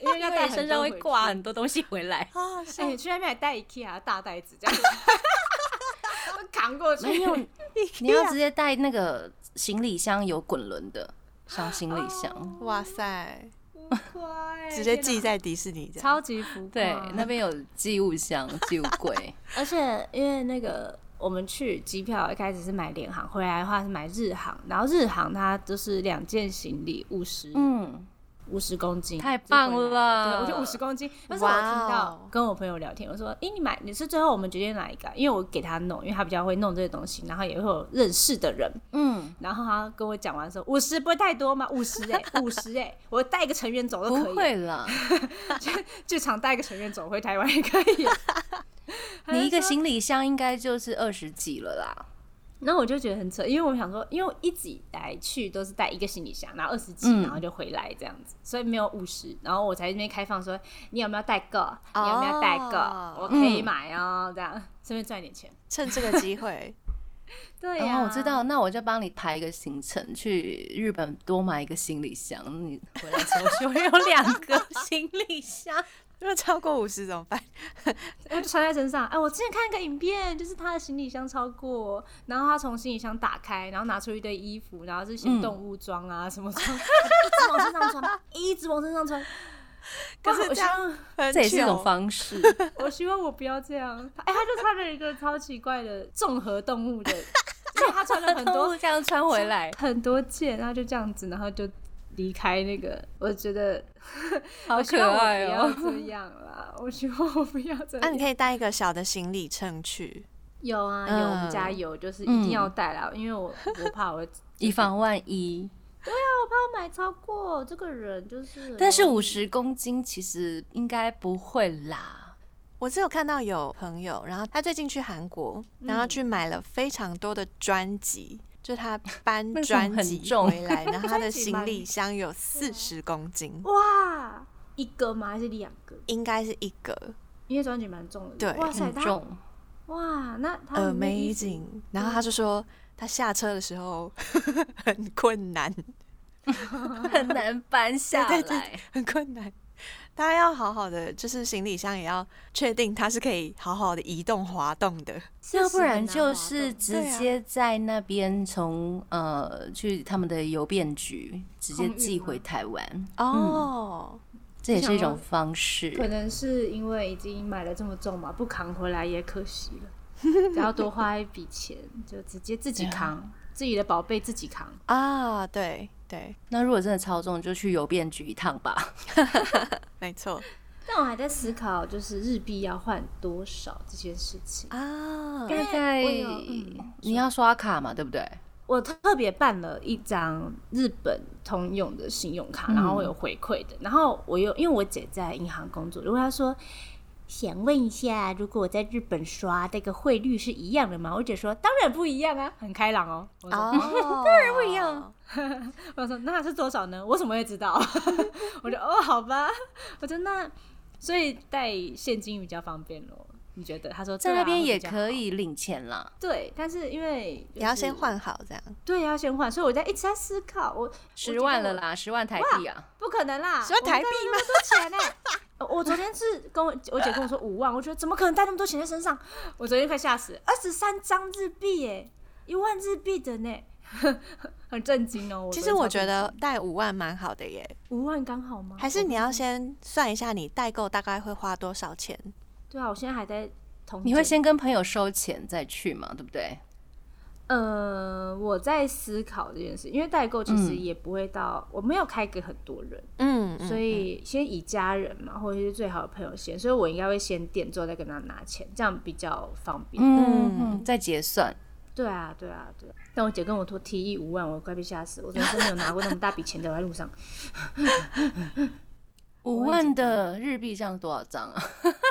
[SPEAKER 3] 因为
[SPEAKER 1] 因
[SPEAKER 3] 要
[SPEAKER 1] 为
[SPEAKER 3] 带
[SPEAKER 1] 你身上会挂
[SPEAKER 3] 很多
[SPEAKER 1] 很多
[SPEAKER 3] 回去。
[SPEAKER 1] 东西回来。
[SPEAKER 2] 啊，
[SPEAKER 3] 哎、
[SPEAKER 2] 是
[SPEAKER 3] 去那边还带 IKEA 大袋子这样，我 扛过 去。
[SPEAKER 1] 没有，你要直接带那个行李箱有滚轮的小行李箱，
[SPEAKER 2] 哇塞，
[SPEAKER 3] 浮夸欸
[SPEAKER 2] 直接
[SPEAKER 3] 天哪
[SPEAKER 2] 寄在迪士尼这样。
[SPEAKER 3] 超级浮夸。
[SPEAKER 1] 对，那边有寄物箱、寄物柜。
[SPEAKER 3] 而且因为那个。我们去机票一开始是买联航，回来的话是买日航，然后日航它就是两件行李五十
[SPEAKER 1] 嗯，
[SPEAKER 3] 五十公斤，
[SPEAKER 1] 太棒
[SPEAKER 3] 这回来
[SPEAKER 1] 了
[SPEAKER 3] 对，我就五十公斤。但是我听
[SPEAKER 2] 哇
[SPEAKER 3] 到
[SPEAKER 2] 哦
[SPEAKER 3] 跟我朋友聊天，我说：“诶，你买你是最后我们决定哪一个啊？”因为我给他弄，因为他比较会弄这些东西，然后也会有认识的人。
[SPEAKER 1] 嗯，
[SPEAKER 3] 然后他跟我讲完说：“五十不会太多吗？五十哎，五十哎，我带一个成员走都
[SPEAKER 1] 不
[SPEAKER 3] 可以，啊
[SPEAKER 1] 会啦，
[SPEAKER 3] 剧场带一个成员走回台湾也可以。啊 他就
[SPEAKER 1] 你一个
[SPEAKER 3] 说
[SPEAKER 1] 行李箱应该就是二十几了啦。”
[SPEAKER 3] 然后我就觉得很扯，因为我想说，因为我一直以来去都是带一个行李箱，然后二十几，
[SPEAKER 1] 嗯
[SPEAKER 3] 然后就回来这样子，所以没有五十。然后我才这边开放说，你有没有带够？你有没有带够？
[SPEAKER 2] 哦
[SPEAKER 3] 我可
[SPEAKER 1] 嗯
[SPEAKER 3] 以买哦，这样顺便赚点钱。
[SPEAKER 2] 趁这个 机会，
[SPEAKER 3] 对呀、
[SPEAKER 1] 哦，我知道，那我就帮你排一个行程，去日本多买一个行李箱，你回来之后就会有两个 行李箱。
[SPEAKER 2] 如果超过五十怎么办？
[SPEAKER 3] 我就穿在身上。哎，我之前看一个影片，就是他的行李箱超过，然后他从行李箱打开，然后拿出一堆衣服，然后是
[SPEAKER 1] 嗯
[SPEAKER 3] 些动物装啊、什么装， 他一直往身上穿，一直往身上穿。
[SPEAKER 2] 可
[SPEAKER 3] 哇
[SPEAKER 2] 是
[SPEAKER 3] 我
[SPEAKER 2] 这
[SPEAKER 3] 希望
[SPEAKER 2] 样很
[SPEAKER 1] 这也是一种
[SPEAKER 2] 糗
[SPEAKER 1] 方 式。
[SPEAKER 3] 我希望我不要这样。哎、他就穿了一个超奇怪的综合动物的，因为他穿了很
[SPEAKER 1] 动
[SPEAKER 3] 多，
[SPEAKER 1] 物 这样穿回来
[SPEAKER 3] 很多件，然后就这样子，然后就离开那个。我觉得
[SPEAKER 1] 好
[SPEAKER 3] 我希
[SPEAKER 1] 可
[SPEAKER 3] 望我
[SPEAKER 1] 爱哦、
[SPEAKER 3] 不要这样啦，我希望我不要这
[SPEAKER 2] 那啊
[SPEAKER 3] 样
[SPEAKER 2] 你。可以带一个小的行李秤去。
[SPEAKER 3] 啊有啊，有、我们家有，就是一定要带啦，因为我我怕我
[SPEAKER 1] 嗯 以防万一。
[SPEAKER 3] 要买超过这个人就是，
[SPEAKER 1] 但是五十公斤其实应该不会啦。
[SPEAKER 2] 我只有看到有朋友，然后他最近去韩国，然
[SPEAKER 1] 嗯
[SPEAKER 2] 后去买了非常多的专辑，就他搬
[SPEAKER 1] 为什么
[SPEAKER 2] 专
[SPEAKER 1] 很
[SPEAKER 2] 辑
[SPEAKER 1] 重
[SPEAKER 2] 回 来，然后他的
[SPEAKER 3] 专辑
[SPEAKER 2] 行
[SPEAKER 3] 蛮
[SPEAKER 2] 李箱有
[SPEAKER 1] 啊
[SPEAKER 2] 四十公斤，
[SPEAKER 3] 哇，一个吗？还是两个？
[SPEAKER 2] 应该是一个
[SPEAKER 3] 因为专辑蛮重的，
[SPEAKER 2] 对
[SPEAKER 3] 哇塞，
[SPEAKER 1] 很
[SPEAKER 3] 他
[SPEAKER 1] 重，
[SPEAKER 3] 哇，那
[SPEAKER 2] 哦
[SPEAKER 3] 他里面衣服
[SPEAKER 2] amazing。然后他就说，他下车的时候很困难，
[SPEAKER 1] 很难搬下
[SPEAKER 2] 对对对
[SPEAKER 1] 来。
[SPEAKER 2] 很困难。大家要好好的，就是行李箱也要确定它是可以好好的移动滑动的。
[SPEAKER 1] 要不然就
[SPEAKER 3] 很
[SPEAKER 1] 是
[SPEAKER 3] 难
[SPEAKER 1] 直接在那边从呃去他们的邮便局直接
[SPEAKER 3] 空运
[SPEAKER 1] 寄
[SPEAKER 3] 吗
[SPEAKER 1] 回台湾，
[SPEAKER 2] 哦，
[SPEAKER 1] 这也是一种
[SPEAKER 3] 想要
[SPEAKER 1] 方式。
[SPEAKER 3] 可能是因为已经买了这么重嘛，不扛回来也可惜 了，只要多花一笔钱，就直接自己扛，自己的宝贝自己扛。
[SPEAKER 2] 啊，对对，
[SPEAKER 1] 那如果真的超重，就去邮便局一趟 吧。
[SPEAKER 2] 没错
[SPEAKER 3] 但我还在思考，就是日币要换多少这件事情。
[SPEAKER 2] 啊，
[SPEAKER 1] 大概
[SPEAKER 3] 我有嗯
[SPEAKER 1] 你要刷卡嘛，对不对？
[SPEAKER 3] 我特别办了一张日本通用的信用卡，然后我有回馈的，然后我又因为我姐在银行工作，如果她说。想问一下，如果我在日本刷这个汇率是一样的吗？我姐说当然不一样啊，很开朗哦。我说、
[SPEAKER 2] 哦，当然不一样。
[SPEAKER 3] 我说那是多少呢？我怎么会知道？ 我就哦，好吧。我说那所以带现金比较方便咯。你觉得？他说
[SPEAKER 1] 在
[SPEAKER 3] 对啊
[SPEAKER 1] 那边也
[SPEAKER 3] 会比较好
[SPEAKER 1] 可以领钱啦。
[SPEAKER 3] 对，但是因为、
[SPEAKER 2] 也要先，换好这样。
[SPEAKER 3] 对，要先换。所以我在一直在思考，我
[SPEAKER 1] 十万了，
[SPEAKER 3] 我觉得
[SPEAKER 1] 啦，十万台币啊！
[SPEAKER 3] 我不可能啦，
[SPEAKER 2] 十万台币
[SPEAKER 3] 我带那么多钱呢、 呃我昨天是跟我我姐跟我说五万，我觉得怎么可能带那么多钱在身上？我昨天快吓死了，二十三张日币耶，一万日币的呢， 很震惊哦。
[SPEAKER 2] 其
[SPEAKER 3] 昨
[SPEAKER 2] 实
[SPEAKER 3] 天
[SPEAKER 2] 我
[SPEAKER 3] 超
[SPEAKER 2] 觉
[SPEAKER 3] 震
[SPEAKER 2] 得
[SPEAKER 3] 惊
[SPEAKER 2] 带五万蛮好的耶，
[SPEAKER 3] 五万刚好吗？
[SPEAKER 2] 还是你要先算一下你代购大概会花多少钱？
[SPEAKER 3] 对啊，我现在还在同整。
[SPEAKER 1] 你会先跟朋友收钱再去嘛，对不对？
[SPEAKER 3] 呃，我在思考这件事，因为代购其实
[SPEAKER 1] 嗯
[SPEAKER 3] 也不会到，我没有开给很多人，
[SPEAKER 2] 嗯，嗯
[SPEAKER 3] 所以先以家人嘛，或者是最好的朋友先，所以我应该会先点之后再跟他拿钱，这样比较方便。
[SPEAKER 1] 嗯，再结算，
[SPEAKER 3] 对啊，对啊，对啊。但我姐跟我说提议五万，我快被吓死，我人生没有拿过那么大笔钱走在 路上。
[SPEAKER 1] 五万的日币这样多少张啊？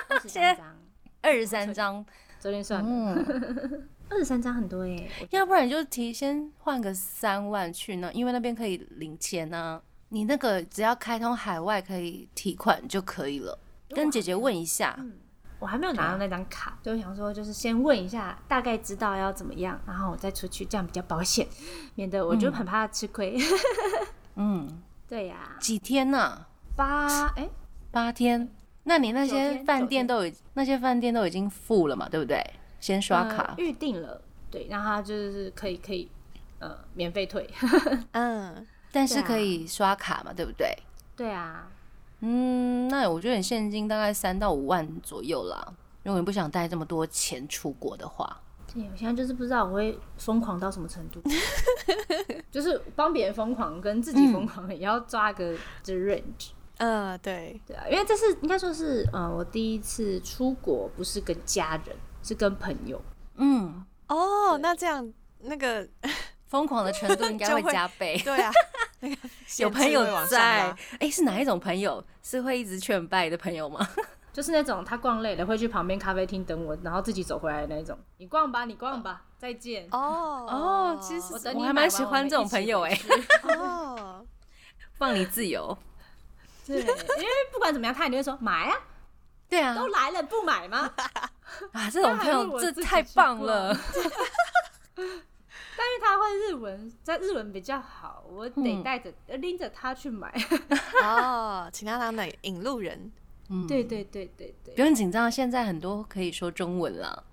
[SPEAKER 3] 二十三张，
[SPEAKER 1] 二十三张，
[SPEAKER 3] 昨天算的，
[SPEAKER 1] 嗯，
[SPEAKER 3] 二十三张很多耶、
[SPEAKER 1] 要不然你就提先换个三万去呢，因为那边可以领钱啊。你那个只要开通海外可以提款就可以了，跟姐姐问一下。
[SPEAKER 3] 我还没有拿到那张卡，就想说就是先问一下，大概知道要怎么样，然后我再出去，这样比较保险，免得我就很怕吃亏。
[SPEAKER 1] 嗯，
[SPEAKER 3] 对呀、
[SPEAKER 1] 几天呢、
[SPEAKER 3] 八哎、
[SPEAKER 1] 八天。那你那
[SPEAKER 3] 九天
[SPEAKER 1] 些
[SPEAKER 3] 九
[SPEAKER 1] 饭店
[SPEAKER 3] 天
[SPEAKER 1] 都已那些饭店都已经付了嘛，对不对？先刷卡
[SPEAKER 3] 呃，预定了，对，然后他就是可以可以呃免费退。
[SPEAKER 2] 嗯，
[SPEAKER 1] 但是
[SPEAKER 3] 对啊
[SPEAKER 1] 可以刷卡嘛，对不对？
[SPEAKER 3] 对啊，
[SPEAKER 1] 嗯，那我觉得你现金大概三到五万左右啦。如果你不想带这么多钱出国的话，
[SPEAKER 3] 对，我现在就是不知道我会疯狂到什么 程度，就是帮别人疯狂跟自己疯狂也要抓个这 range。
[SPEAKER 2] 呃，对，
[SPEAKER 3] 对啊，因为这是应该说是，呃，我第一次出国，不是跟家人，是跟朋友。
[SPEAKER 1] 嗯，
[SPEAKER 2] 哦，那这样那 个
[SPEAKER 1] 疯狂的程度应该
[SPEAKER 2] 就
[SPEAKER 1] 会
[SPEAKER 2] 会。
[SPEAKER 1] 加倍
[SPEAKER 2] 对啊，那个
[SPEAKER 1] 有朋友
[SPEAKER 2] 限制会往上
[SPEAKER 1] 在
[SPEAKER 2] 拉，
[SPEAKER 1] 哎、是哪一种朋友？是会一直劝败的朋友吗？
[SPEAKER 3] 就是那种他逛累了会去旁边咖啡厅等我，然后自己走回来的那种。你逛吧，你逛吧，再见。
[SPEAKER 2] 哦
[SPEAKER 1] 哦，其实
[SPEAKER 3] 我等
[SPEAKER 1] 我
[SPEAKER 3] 你
[SPEAKER 1] 还
[SPEAKER 3] 买
[SPEAKER 1] 蛮
[SPEAKER 3] 完
[SPEAKER 1] 喜欢这种朋友
[SPEAKER 3] 我们
[SPEAKER 1] 哎、
[SPEAKER 3] 一 起回去
[SPEAKER 2] 哦，
[SPEAKER 1] 放你自由。
[SPEAKER 3] 对，因为不管怎么样，他一定会说买啊，
[SPEAKER 1] 对啊，
[SPEAKER 3] 都来了不买吗？
[SPEAKER 1] 啊，这种朋
[SPEAKER 3] 还是
[SPEAKER 1] 友
[SPEAKER 3] 我
[SPEAKER 1] 这
[SPEAKER 3] 自己
[SPEAKER 1] 太
[SPEAKER 3] 去
[SPEAKER 1] 棒
[SPEAKER 3] 逛
[SPEAKER 1] 了。
[SPEAKER 3] 但是他会日文，在日文比较好，我得
[SPEAKER 1] 嗯
[SPEAKER 3] 带着、呃拎着他去买。
[SPEAKER 2] 哦，请他当的引路人，
[SPEAKER 1] 嗯，
[SPEAKER 3] 对对对对
[SPEAKER 1] 不
[SPEAKER 3] 对，
[SPEAKER 1] 用紧张，现在很多可以说中文了。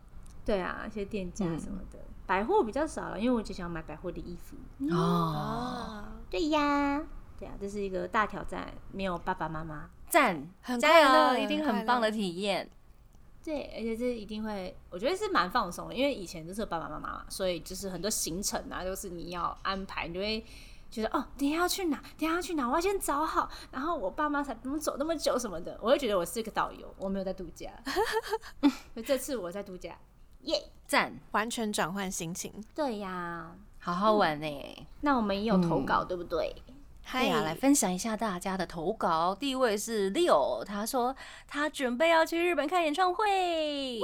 [SPEAKER 3] 对啊，一些店家
[SPEAKER 1] 嗯
[SPEAKER 3] 什么的，百货比较少了，因为我只想买百货的衣服。
[SPEAKER 1] 哦，
[SPEAKER 3] 对呀，对啊，这是一个大挑战，没有爸爸妈妈。
[SPEAKER 1] 赞，
[SPEAKER 2] 很
[SPEAKER 1] 加
[SPEAKER 2] 快
[SPEAKER 1] 油，
[SPEAKER 2] 乐
[SPEAKER 1] 一定
[SPEAKER 2] 很
[SPEAKER 1] 很棒
[SPEAKER 2] 快
[SPEAKER 1] 的
[SPEAKER 2] 乐
[SPEAKER 1] 体验。
[SPEAKER 3] 对，而且这一定会，我觉得是蛮放松的，因为以前都是有爸爸妈妈嘛，所以就是很多行程啊，都是你要安排，你就会觉得哦，等一下要去哪，等一下要去哪，我要先找好，然后我爸妈才不用走那么久什么的，我会觉得我是个导游，我没有在度 假，所以这次我在度假，耶、
[SPEAKER 1] 赞，
[SPEAKER 2] 完全转换心情。
[SPEAKER 3] 对呀、
[SPEAKER 1] 好好玩呢、
[SPEAKER 3] 那我们也有投稿，对不对？
[SPEAKER 2] 嗨
[SPEAKER 1] 对呀、来分享一下大家的投稿。第一位是 Leo，他说他准备要去日本看演唱会。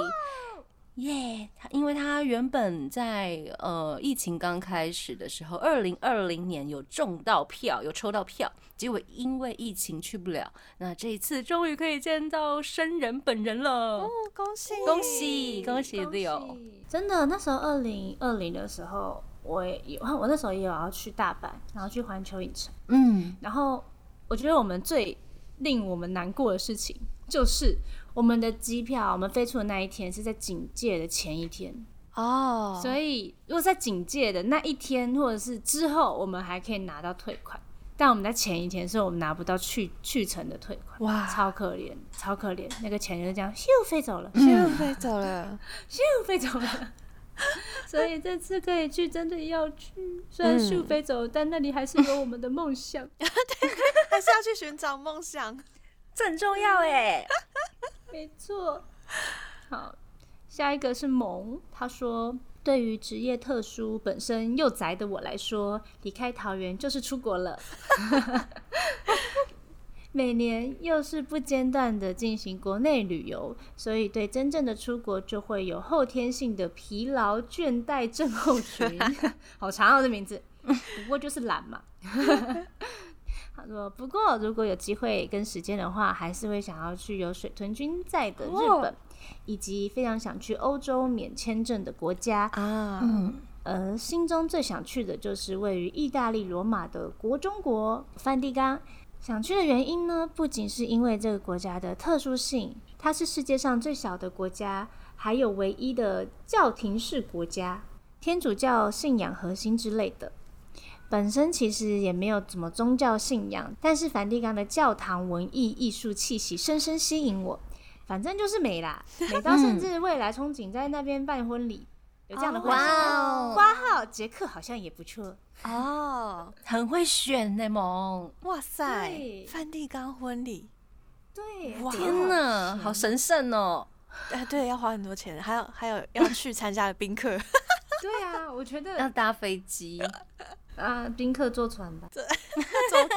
[SPEAKER 1] 耶、他因为他原本在呃疫情刚开始的时候，二零二零年有中到票，有抽到票，结果因为疫情去不了，那这一次终于可以见到生人本人了，
[SPEAKER 2] 哦，恭喜
[SPEAKER 1] 恭喜恭喜
[SPEAKER 3] 恭喜
[SPEAKER 2] 哦
[SPEAKER 1] Leo！
[SPEAKER 3] 真的，那时候二零二零的时候，我也有，我那时候也有要去大阪，然后去环球影城。
[SPEAKER 1] 嗯，
[SPEAKER 3] 然后我觉得我们最令我们难过的事情，就是我们的机票，我们飞出的那一天是在警戒的前一天，
[SPEAKER 2] 哦，
[SPEAKER 3] 所以如果在警戒的那一天或者是之后，我们还可以拿到退款。但我们在前一天，所以我们拿不到去去程的退款，
[SPEAKER 2] 哇
[SPEAKER 3] 超可怜，超可怜，那个钱就这样咻飞走 了，
[SPEAKER 2] 就飞走了，
[SPEAKER 3] 咻 飞走了。所以这次可以去，真的要去。虽然咻飞走，但那里还是有我们的梦想。
[SPEAKER 2] 还是要去寻找梦想。
[SPEAKER 1] 这很重要哎、
[SPEAKER 3] 没错。好，下一个是萌，他说。对于职业特殊、本身又宅的我来说，离开桃园就是出国了。 每年又是不间断的进行国内旅游，所以对真正的出国就会有后天性的疲劳倦怠症候群。好长哦，这名字。不过就是懒嘛。他说：“不过如果有机会跟时间的话，还是会想要去有水豚君在的日本，以及非常想去欧洲免签证的国家。
[SPEAKER 2] 啊，
[SPEAKER 3] 而心中最想去的就是位于意大利罗马的国中国梵蒂冈。想去的原因呢，不仅是因为这个国家的特殊性，它是世界上最小的国家，还有唯一的教廷式国家，天主教信仰核心之类的。本身其实也没有怎么宗教信仰，但是梵蒂冈的教堂文艺艺术气息深 深吸引我。反正就是美啦，美到甚至未来憧憬在那边办婚礼。有这样的
[SPEAKER 2] 哦
[SPEAKER 1] 嗯
[SPEAKER 3] 花
[SPEAKER 1] 哇哦
[SPEAKER 3] 号，花号捷克好像也不错。
[SPEAKER 2] 哦，
[SPEAKER 1] 很会选呢、萌，
[SPEAKER 2] 哇塞，
[SPEAKER 3] 对
[SPEAKER 2] 梵蒂冈婚礼，
[SPEAKER 3] 对，
[SPEAKER 2] 哇
[SPEAKER 1] 天哪，好神圣哦、
[SPEAKER 2] 哎，对，要花很多钱，还有还有要去参加的宾 客，
[SPEAKER 3] 对啊，我觉
[SPEAKER 1] 要
[SPEAKER 3] 得
[SPEAKER 1] 搭飞机，
[SPEAKER 3] 啊，宾客坐船 吧，
[SPEAKER 2] 坐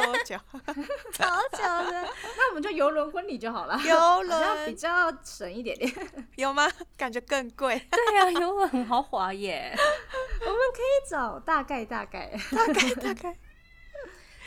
[SPEAKER 2] 多 久？
[SPEAKER 1] 好久了。
[SPEAKER 3] 那我们就游轮婚礼就 好了，
[SPEAKER 2] 游
[SPEAKER 3] 好像比
[SPEAKER 2] 轮
[SPEAKER 3] 较省一点点。
[SPEAKER 2] 有吗？感觉更贵，
[SPEAKER 1] 对啊， 游轮很豪华耶，
[SPEAKER 3] 我们可以找大概大概，
[SPEAKER 2] 大概大概，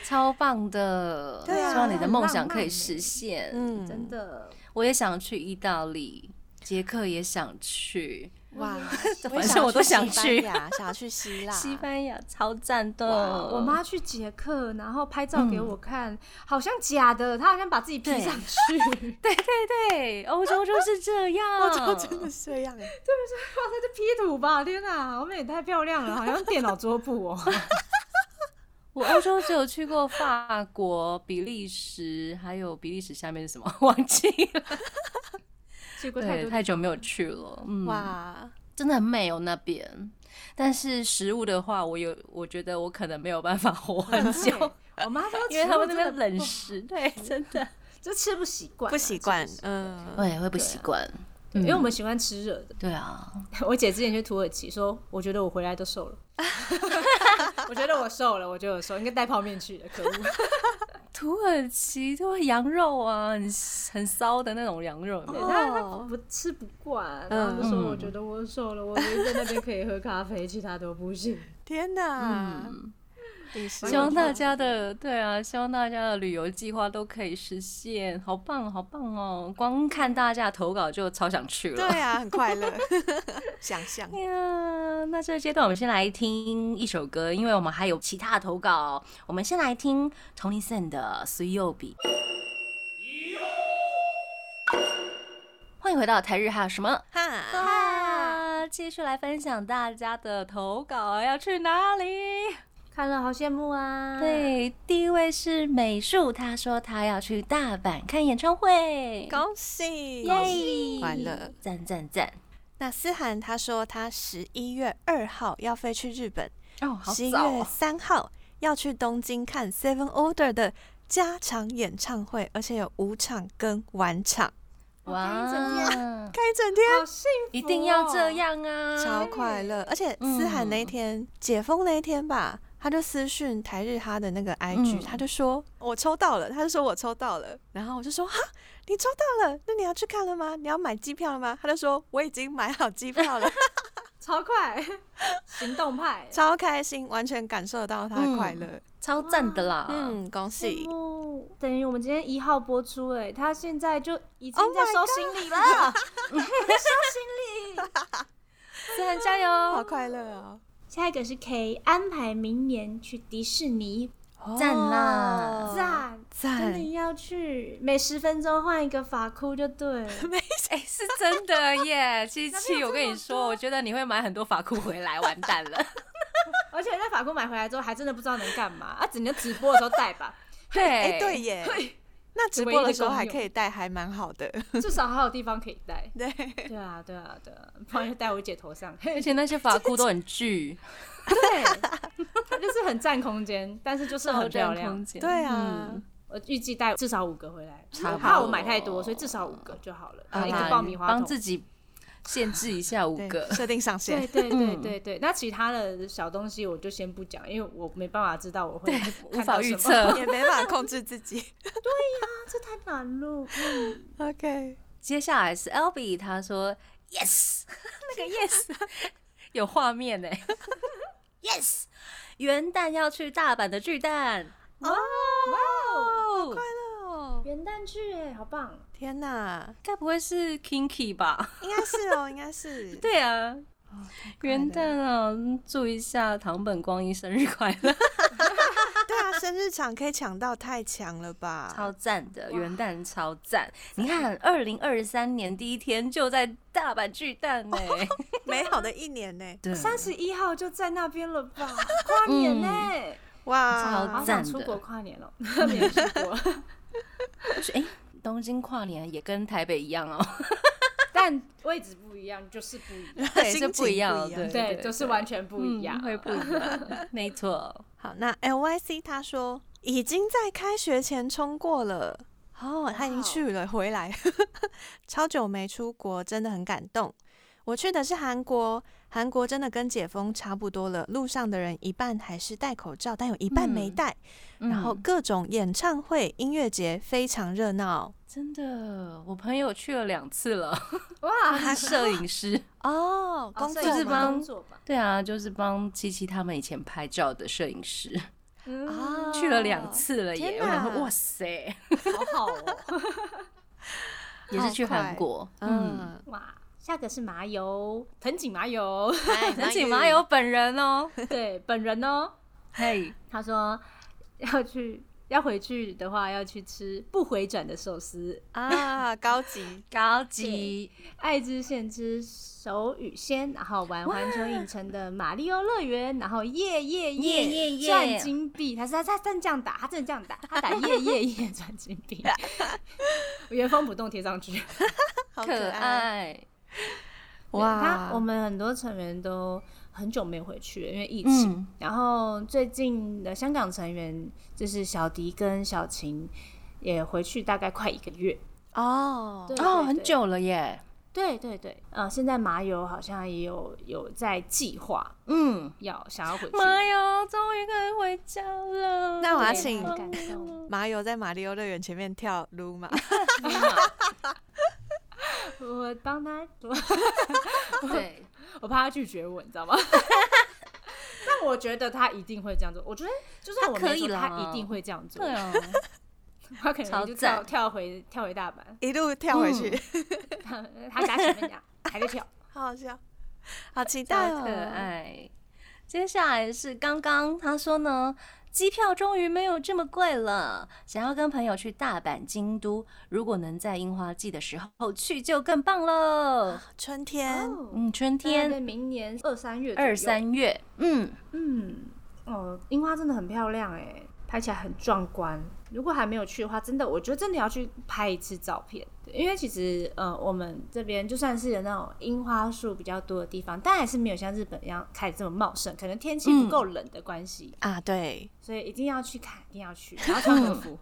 [SPEAKER 1] 超棒的。
[SPEAKER 2] 对啊
[SPEAKER 1] 希望你的梦想
[SPEAKER 3] 很浪漫
[SPEAKER 1] 可以
[SPEAKER 3] 耶
[SPEAKER 1] 实现。
[SPEAKER 2] 嗯
[SPEAKER 3] 真的
[SPEAKER 1] 我也想去意大利，捷克也想去，
[SPEAKER 2] 哇，
[SPEAKER 1] 反正我都想去
[SPEAKER 2] 西班牙，想要去希 腊，
[SPEAKER 1] 西班牙超赞的。
[SPEAKER 3] 哇！我妈去捷克，然后拍照给我看，好像假的，她好像把自己 P
[SPEAKER 1] 对
[SPEAKER 3] 上去，
[SPEAKER 1] 对对对，欧洲就是这样，
[SPEAKER 2] 欧洲真的是这样哎，
[SPEAKER 3] 哇，塞，这 P 图吧，天哪，我们也太漂亮了，好像电脑桌布哦。
[SPEAKER 1] 我欧洲只有去过法国、比利时，还有比利时下面是什么 忘记了？
[SPEAKER 3] 去过太
[SPEAKER 1] 对，
[SPEAKER 3] 多
[SPEAKER 1] 太久没有去了。嗯，
[SPEAKER 2] 哇，
[SPEAKER 1] 真的很美哦那边。但是食物的话，我有，我觉得我可能没有办法活很
[SPEAKER 3] 地方
[SPEAKER 1] 久，
[SPEAKER 3] 我妈说，
[SPEAKER 1] 因为他们那边冷食，对，真 的，
[SPEAKER 3] 就吃不习惯啊，
[SPEAKER 2] 不习惯
[SPEAKER 3] 吃不习，
[SPEAKER 2] 嗯，
[SPEAKER 1] 对，会不习惯，嗯
[SPEAKER 3] 因为我们喜欢吃热的。
[SPEAKER 1] 对啊，
[SPEAKER 3] 我姐之前去土耳其说，我觉得我回来都瘦 了，我觉得我瘦了，我觉得我瘦，应该带泡面去的，可恶。
[SPEAKER 1] 土耳其都会羊肉啊，很很骚的那种羊肉，有没有
[SPEAKER 3] 对他他
[SPEAKER 2] 哦
[SPEAKER 3] 不吃不惯，啊然后就说我觉得我瘦了，我唯一在那边可以喝咖啡，其他都不行。
[SPEAKER 2] 天哪，
[SPEAKER 1] 嗯，
[SPEAKER 2] 饮食
[SPEAKER 1] 希望大家的对啊，希望大家的旅游计划都可以实现，好棒好棒哦！光看大家的投稿就超想去了。
[SPEAKER 2] 对 啊，很快乐，想象
[SPEAKER 1] 哎呀，那这个阶段我们先来听一首歌，因为我们还有其他的投稿，我们先来听 Tony Sen 的《随右笔》。欢迎回到台日哈什么？
[SPEAKER 2] 哈，
[SPEAKER 1] 啊，继续来分享大家的投稿，要去哪里？
[SPEAKER 3] 看了好羡慕啊！，
[SPEAKER 1] 对，第一位是美术，他说他要去大阪看演唱会，
[SPEAKER 2] 恭喜，
[SPEAKER 1] 耶，
[SPEAKER 2] 快乐，
[SPEAKER 1] 赞赞赞！
[SPEAKER 2] 那思涵她说她十一月二号要飞去日本，
[SPEAKER 1] 哦，
[SPEAKER 2] 十一月三号要去东京看 Seven Order 的加场演唱会，而且有五场跟晚场，
[SPEAKER 1] 哇，
[SPEAKER 2] 开一整天，
[SPEAKER 3] 好幸福哦，
[SPEAKER 1] 一定要这样啊！
[SPEAKER 2] 超快乐。而且思涵那一天、解封那一天吧，他就私讯台日哈的那个 IG，、
[SPEAKER 1] 嗯
[SPEAKER 2] 他就说我抽到了，他就说我抽到了，然后我就说哈，你抽到了，那你要去看了吗？你要买机票了吗？他就说我已经买好机票了，
[SPEAKER 3] 超快，行动派。
[SPEAKER 2] 超开心，完全感受到他的快乐。
[SPEAKER 1] 超赞的啦！
[SPEAKER 2] 嗯，恭
[SPEAKER 3] 羡
[SPEAKER 2] 喜！
[SPEAKER 3] 慕，等于我们今天一号播出，哎，他现在就已
[SPEAKER 2] Oh my
[SPEAKER 3] 经在收行李了，
[SPEAKER 1] 思涵加
[SPEAKER 2] 好
[SPEAKER 1] 油，
[SPEAKER 2] 快乐哦，
[SPEAKER 3] 下一个是 K，安排明年去迪士尼，
[SPEAKER 1] 哦
[SPEAKER 2] 哦
[SPEAKER 1] 赞啦
[SPEAKER 3] 赞、真
[SPEAKER 2] 赞
[SPEAKER 3] 的！要去，每十分钟换一个发箍就对了。
[SPEAKER 1] 哎，是真的耶！七七，
[SPEAKER 3] 哪有
[SPEAKER 1] 我跟
[SPEAKER 3] 这
[SPEAKER 1] 你
[SPEAKER 3] 么
[SPEAKER 1] 说，
[SPEAKER 3] 多
[SPEAKER 1] 我觉得你会买很多法裤回来，完蛋了。
[SPEAKER 3] 而且在法国买回来之后，还真的不知道能干嘛啊，只能直播的时候带吧，
[SPEAKER 1] 对，
[SPEAKER 2] 哎、对耶，那直播的时候还可以带，还蛮好的。。
[SPEAKER 3] 至少还有地方可以带
[SPEAKER 2] 对，
[SPEAKER 3] 对啊，对啊，对啊，不然就戴我姐头上。
[SPEAKER 1] 而且那些法裤都很巨，
[SPEAKER 3] 对，它就是很占空间，但是就是很漂
[SPEAKER 1] 超占
[SPEAKER 3] 亮
[SPEAKER 1] 空。间
[SPEAKER 2] 对啊，
[SPEAKER 1] 嗯
[SPEAKER 3] 我预计带至少五个回来，
[SPEAKER 1] 差不多
[SPEAKER 3] 怕我买太多，所以至少五个就好了，
[SPEAKER 2] 啊
[SPEAKER 3] 一
[SPEAKER 1] 啦
[SPEAKER 3] 个爆米花
[SPEAKER 1] 帮
[SPEAKER 3] 桶
[SPEAKER 1] 自。己限制一下五
[SPEAKER 2] 对
[SPEAKER 1] 个。
[SPEAKER 2] 设定上
[SPEAKER 3] 对
[SPEAKER 2] 限，
[SPEAKER 3] 对对
[SPEAKER 1] 嗯
[SPEAKER 3] 对对，那其他的小东西我就先不讲，因为我没办法知道我会
[SPEAKER 1] 无
[SPEAKER 3] 无
[SPEAKER 1] 法预测。
[SPEAKER 2] 也没办法控制自己。
[SPEAKER 3] 这太嗯难了。
[SPEAKER 2] OK，
[SPEAKER 1] 接下来是 L B，他说 Yes，那 个 Yes 有画面呢、Yes，元旦要去大阪的巨蛋，
[SPEAKER 3] 哇哇，
[SPEAKER 1] 哦，
[SPEAKER 3] 元旦去哎，好棒！
[SPEAKER 2] 天哪，
[SPEAKER 1] 该不会是 Kinky 吧？
[SPEAKER 2] 应该是哦，应该是。
[SPEAKER 1] 对啊，
[SPEAKER 2] 快乐
[SPEAKER 1] 元旦啊，祝一下唐本光一生日快乐，
[SPEAKER 2] 对啊，生日场可以抢到，太强了吧？
[SPEAKER 1] 超赞的，元旦超赞！ 你看，二零二三年第一天就在大阪巨蛋呢、
[SPEAKER 2] 美好的一年呢，
[SPEAKER 1] 对，啊
[SPEAKER 3] 三十一号就在那边了 吧？跨年呢、
[SPEAKER 1] 超
[SPEAKER 3] 好
[SPEAKER 2] 哇，
[SPEAKER 1] 赞
[SPEAKER 3] 想
[SPEAKER 1] 的
[SPEAKER 3] 出国跨年哦、没有去 过，
[SPEAKER 1] 哎、东京跨年也跟台北一样哦。
[SPEAKER 3] 但位置不一样，就是不一样。
[SPEAKER 1] 对，
[SPEAKER 2] 心
[SPEAKER 1] 是
[SPEAKER 2] 情
[SPEAKER 1] 不一样的，
[SPEAKER 2] 不一样
[SPEAKER 3] 对，就是完全不一样。
[SPEAKER 1] 嗯会不一 样，没错。
[SPEAKER 2] 好，那 L Y C 他说已经在开学前冲过了，哦，他已经
[SPEAKER 3] 哇哦
[SPEAKER 2] 去了，回来， 超久没出国，真的很感动。我去的是韩国，韩国真的跟解封差不多了，路上的人一半还是戴口罩，但有一半没
[SPEAKER 1] 嗯
[SPEAKER 2] 戴，然后
[SPEAKER 1] 嗯
[SPEAKER 2] 各种演唱会、音乐节非常热闹
[SPEAKER 1] 真的，我朋友去了两次了，
[SPEAKER 3] 哇，
[SPEAKER 1] 他摄影师。
[SPEAKER 2] 哦，
[SPEAKER 3] 哦
[SPEAKER 2] 工
[SPEAKER 3] 所
[SPEAKER 2] 作
[SPEAKER 3] 以是
[SPEAKER 1] 吗
[SPEAKER 2] 吗
[SPEAKER 3] 哦工作吧？
[SPEAKER 1] 对啊，就是帮七七他们以前拍照的摄影师，
[SPEAKER 3] 嗯，
[SPEAKER 2] 啊
[SPEAKER 1] 去了两，次了耶！
[SPEAKER 2] 天
[SPEAKER 1] 我想
[SPEAKER 2] 哪
[SPEAKER 1] 说，哇塞，
[SPEAKER 3] 好好 哦。
[SPEAKER 1] 也是去
[SPEAKER 2] 好快
[SPEAKER 1] 韩国，嗯，
[SPEAKER 2] 嗯，
[SPEAKER 3] 哇，下个是麻油，藤井麻 油，
[SPEAKER 1] 能请麻友本人 哦，
[SPEAKER 3] 对，本人哦。
[SPEAKER 1] 嘿，
[SPEAKER 3] 他说要去，要回去的话要去吃不回转的寿司，
[SPEAKER 2] 啊，高级，
[SPEAKER 1] 高级，
[SPEAKER 3] 爱知县之手语仙，然后玩环球影城的马里奥乐园，然后耶耶
[SPEAKER 1] 耶耶耶
[SPEAKER 3] 赚金币，他是他他真的这样打，他真的这样打，他打耶耶耶赚金币， 原封不动贴上去。
[SPEAKER 2] 好
[SPEAKER 1] 可
[SPEAKER 2] 爱
[SPEAKER 1] 爱，
[SPEAKER 3] 对他
[SPEAKER 2] 哇！
[SPEAKER 3] 我们很多成员都很久没回去了，因为疫情。
[SPEAKER 1] 嗯
[SPEAKER 3] 然后最近的香港成员就是小迪跟小琴也回去，大概快一个月。
[SPEAKER 2] 哦，
[SPEAKER 3] 对
[SPEAKER 1] 哦，
[SPEAKER 3] 对
[SPEAKER 1] 很
[SPEAKER 3] 对
[SPEAKER 1] 久了耶，
[SPEAKER 3] 对对对，呃，现在麻友好像也有有在计划
[SPEAKER 1] 嗯，
[SPEAKER 3] 要想要回去。
[SPEAKER 1] 麻友终于可以回家了，
[SPEAKER 2] 那我要
[SPEAKER 3] 对
[SPEAKER 2] 请
[SPEAKER 3] 很感 动，
[SPEAKER 2] 麻友在马里奥乐园前面跳撸嘛，
[SPEAKER 3] 我帮他，我
[SPEAKER 1] 对，
[SPEAKER 3] 我怕他拒绝我，你知道吗？ 但我觉得他一定会这样做。我觉得就算
[SPEAKER 1] 他
[SPEAKER 3] 我没
[SPEAKER 1] 可以
[SPEAKER 3] 做，
[SPEAKER 1] 啦
[SPEAKER 3] 他一定会这样做
[SPEAKER 1] 对。啊，
[SPEAKER 3] 他可
[SPEAKER 1] 超
[SPEAKER 3] 能就跳
[SPEAKER 1] 赞
[SPEAKER 3] 跳回跳回大阪，
[SPEAKER 2] 一 路跳回去，
[SPEAKER 3] 他他家前面讲还在跳。
[SPEAKER 2] 好好笑，好期待
[SPEAKER 1] 超
[SPEAKER 2] 哦，
[SPEAKER 1] 可爱。哎接下来是刚刚他说呢，机票终于没有这么贵了，想要跟朋友去大阪、京都，如果能在樱花季的时候去就更棒
[SPEAKER 3] 啊
[SPEAKER 1] 了。
[SPEAKER 2] 春天
[SPEAKER 3] 哦
[SPEAKER 1] 嗯，春
[SPEAKER 3] 大概
[SPEAKER 1] 天
[SPEAKER 3] 明年二三月左右
[SPEAKER 1] 二，三月，嗯，
[SPEAKER 3] 嗯，哦，樱花真的很漂亮哎，拍起来很壮观。如果还没有去的话，真的，我觉得真的要去拍一次照片，对因为其实呃，我们这边就算是有那种樱花树比较多的地方，但还是没有像日本一样开得这么茂盛，可能天气不够冷的关系，
[SPEAKER 2] 啊，对，
[SPEAKER 3] 所以一定要去看，一定要去，然后穿和服，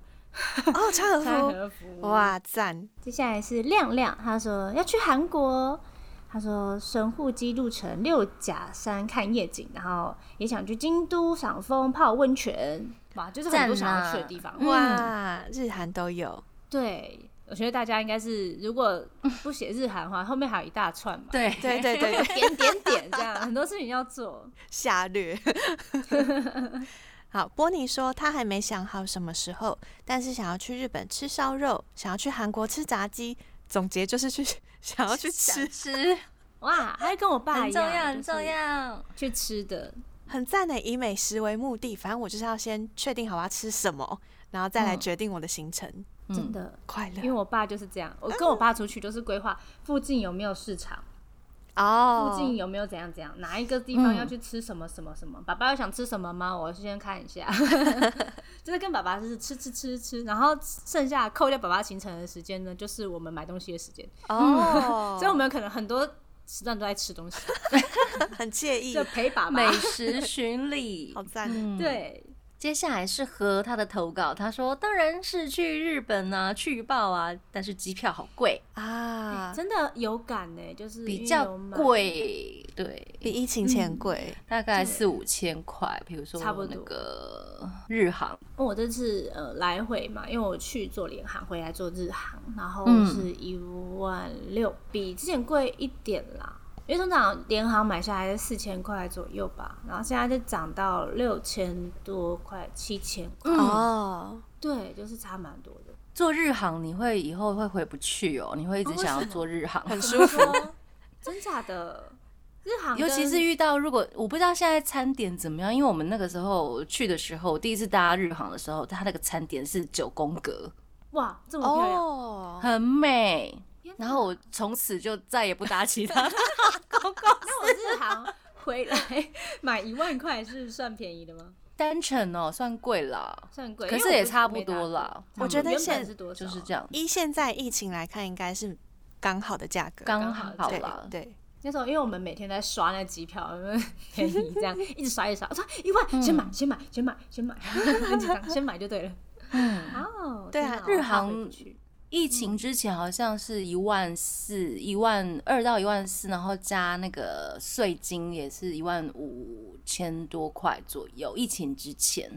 [SPEAKER 2] 哦，穿
[SPEAKER 3] 穿
[SPEAKER 2] 和
[SPEAKER 3] 和服，
[SPEAKER 2] 服，哇，赞，
[SPEAKER 3] 接下来是亮亮，他说要去韩国，他说神户基路城六甲山看夜景，然后也想去京都赏枫、泡温泉，哇，就是很多
[SPEAKER 1] 赞
[SPEAKER 3] 想
[SPEAKER 1] 啦
[SPEAKER 3] 要去的地方。
[SPEAKER 1] 嗯
[SPEAKER 2] 哇，啊日韩都有，
[SPEAKER 3] 对，我觉得大家应该是如果不写日韩的话，后面还有一大 串嘛，
[SPEAKER 1] 对
[SPEAKER 2] 对对对对，
[SPEAKER 3] 点点点这样，很多事情要做。
[SPEAKER 2] 下略。 好，波尼说他还没想好什么时候，但是想要去日本吃烧肉，想要去韩国吃炸鸡，总结就是去 想要去吃
[SPEAKER 1] 想， 吃
[SPEAKER 3] 哇，还跟我爸
[SPEAKER 1] 很
[SPEAKER 3] 一
[SPEAKER 1] 重
[SPEAKER 3] 样，
[SPEAKER 1] 要，很
[SPEAKER 3] 哎就是
[SPEAKER 1] 重要。
[SPEAKER 3] 去吃的，
[SPEAKER 2] 很赞的，以美食为目的，反正我就是要先确定好我要吃什么，然后再来
[SPEAKER 3] 嗯
[SPEAKER 2] 决定我的行程。
[SPEAKER 1] 嗯
[SPEAKER 3] 真的。
[SPEAKER 2] 快乐
[SPEAKER 3] 因为我爸就是这样，我跟我爸出去都是规划附近有没有市场，
[SPEAKER 2] 哦，
[SPEAKER 3] 附近有没有怎样怎样，哪一个地方
[SPEAKER 1] 嗯
[SPEAKER 3] 要去吃什么什么什么？爸爸有想吃什么吗？我先看一 下，就是跟爸爸就是吃吃吃吃，然后剩下扣掉爸爸行程的时间呢，就是我们买东西的时间，
[SPEAKER 2] 哦，
[SPEAKER 3] 嗯 所以我们可能很多时段都在 吃东西，
[SPEAKER 2] 很惬意
[SPEAKER 3] 就，陪爸爸
[SPEAKER 1] 美。食巡 礼
[SPEAKER 2] 好，赞。
[SPEAKER 1] 嗯，
[SPEAKER 3] 对，
[SPEAKER 1] 接下来是和他的投稿，他说当然是去日本啊，去报啊，但是机票好贵，
[SPEAKER 2] 啊，
[SPEAKER 3] 真的有感呢、就是
[SPEAKER 1] 嗯比
[SPEAKER 3] 因为
[SPEAKER 1] 较
[SPEAKER 3] 有买，
[SPEAKER 1] 贵，对，
[SPEAKER 2] 比疫情前贵
[SPEAKER 1] 大概四五千块，比如说
[SPEAKER 3] 差不多
[SPEAKER 1] 那个日航，
[SPEAKER 3] 我这次呃来回嘛，因为我去做联航，回来做日航，然后
[SPEAKER 1] 嗯
[SPEAKER 3] 是一万六，比之前贵一点啦。因为通常联航买下来是四千块左右吧，然后现在就涨到六千多块、七千块，
[SPEAKER 1] 嗯
[SPEAKER 2] 哦。
[SPEAKER 3] 对，就是差蛮多的。
[SPEAKER 1] 做日航你会以后会回不去哦，你会一直
[SPEAKER 3] 哦为
[SPEAKER 1] 想
[SPEAKER 3] 什
[SPEAKER 1] 要
[SPEAKER 3] 么
[SPEAKER 1] 做日航，
[SPEAKER 3] 舒服，真假的？日航
[SPEAKER 1] 尤其
[SPEAKER 3] 跟
[SPEAKER 1] 是遇到如果我不知道现在餐点怎么样，因为我们那个时候去的时候，第一次搭日航的时候，它那个餐点是九宫格，
[SPEAKER 3] 哇这么嗯漂亮，
[SPEAKER 2] 哦，
[SPEAKER 1] 很美。
[SPEAKER 3] 天哪
[SPEAKER 1] 然后我从此就再也不搭其 他
[SPEAKER 3] 那我日航回来 买一万块是算便宜的吗？
[SPEAKER 1] 单程哦，算贵啦，
[SPEAKER 3] 算贵，
[SPEAKER 1] 可
[SPEAKER 3] 因
[SPEAKER 1] 是
[SPEAKER 3] 为我
[SPEAKER 1] 也
[SPEAKER 3] 不
[SPEAKER 1] 差
[SPEAKER 3] 我
[SPEAKER 1] 不
[SPEAKER 3] 没搭
[SPEAKER 1] 多
[SPEAKER 3] 过
[SPEAKER 1] 啦嗯
[SPEAKER 3] 差不
[SPEAKER 2] 我觉
[SPEAKER 3] 多
[SPEAKER 2] 得
[SPEAKER 3] 原本
[SPEAKER 2] 现
[SPEAKER 3] 是多少
[SPEAKER 1] 就是
[SPEAKER 3] 啊
[SPEAKER 1] 这样。
[SPEAKER 2] 依现在疫情来看，应该是刚好的价格，
[SPEAKER 1] 刚
[SPEAKER 3] 好
[SPEAKER 1] 好
[SPEAKER 2] 对
[SPEAKER 1] 了。
[SPEAKER 2] 对，
[SPEAKER 3] 那时候因为我们每天在刷那机票， 我们便宜这 样一直刷一直刷，我说一万先买先买先买先买， 很紧张，先买就对了。哦，
[SPEAKER 2] 对啊
[SPEAKER 3] 天哪
[SPEAKER 1] 日
[SPEAKER 3] 我怕回
[SPEAKER 1] 航
[SPEAKER 3] 不去
[SPEAKER 1] 疫
[SPEAKER 2] 嗯
[SPEAKER 1] 情之前好像是一万四、一万二到一万四，然后加那个税金也是一万五千多块左右。疫情之前，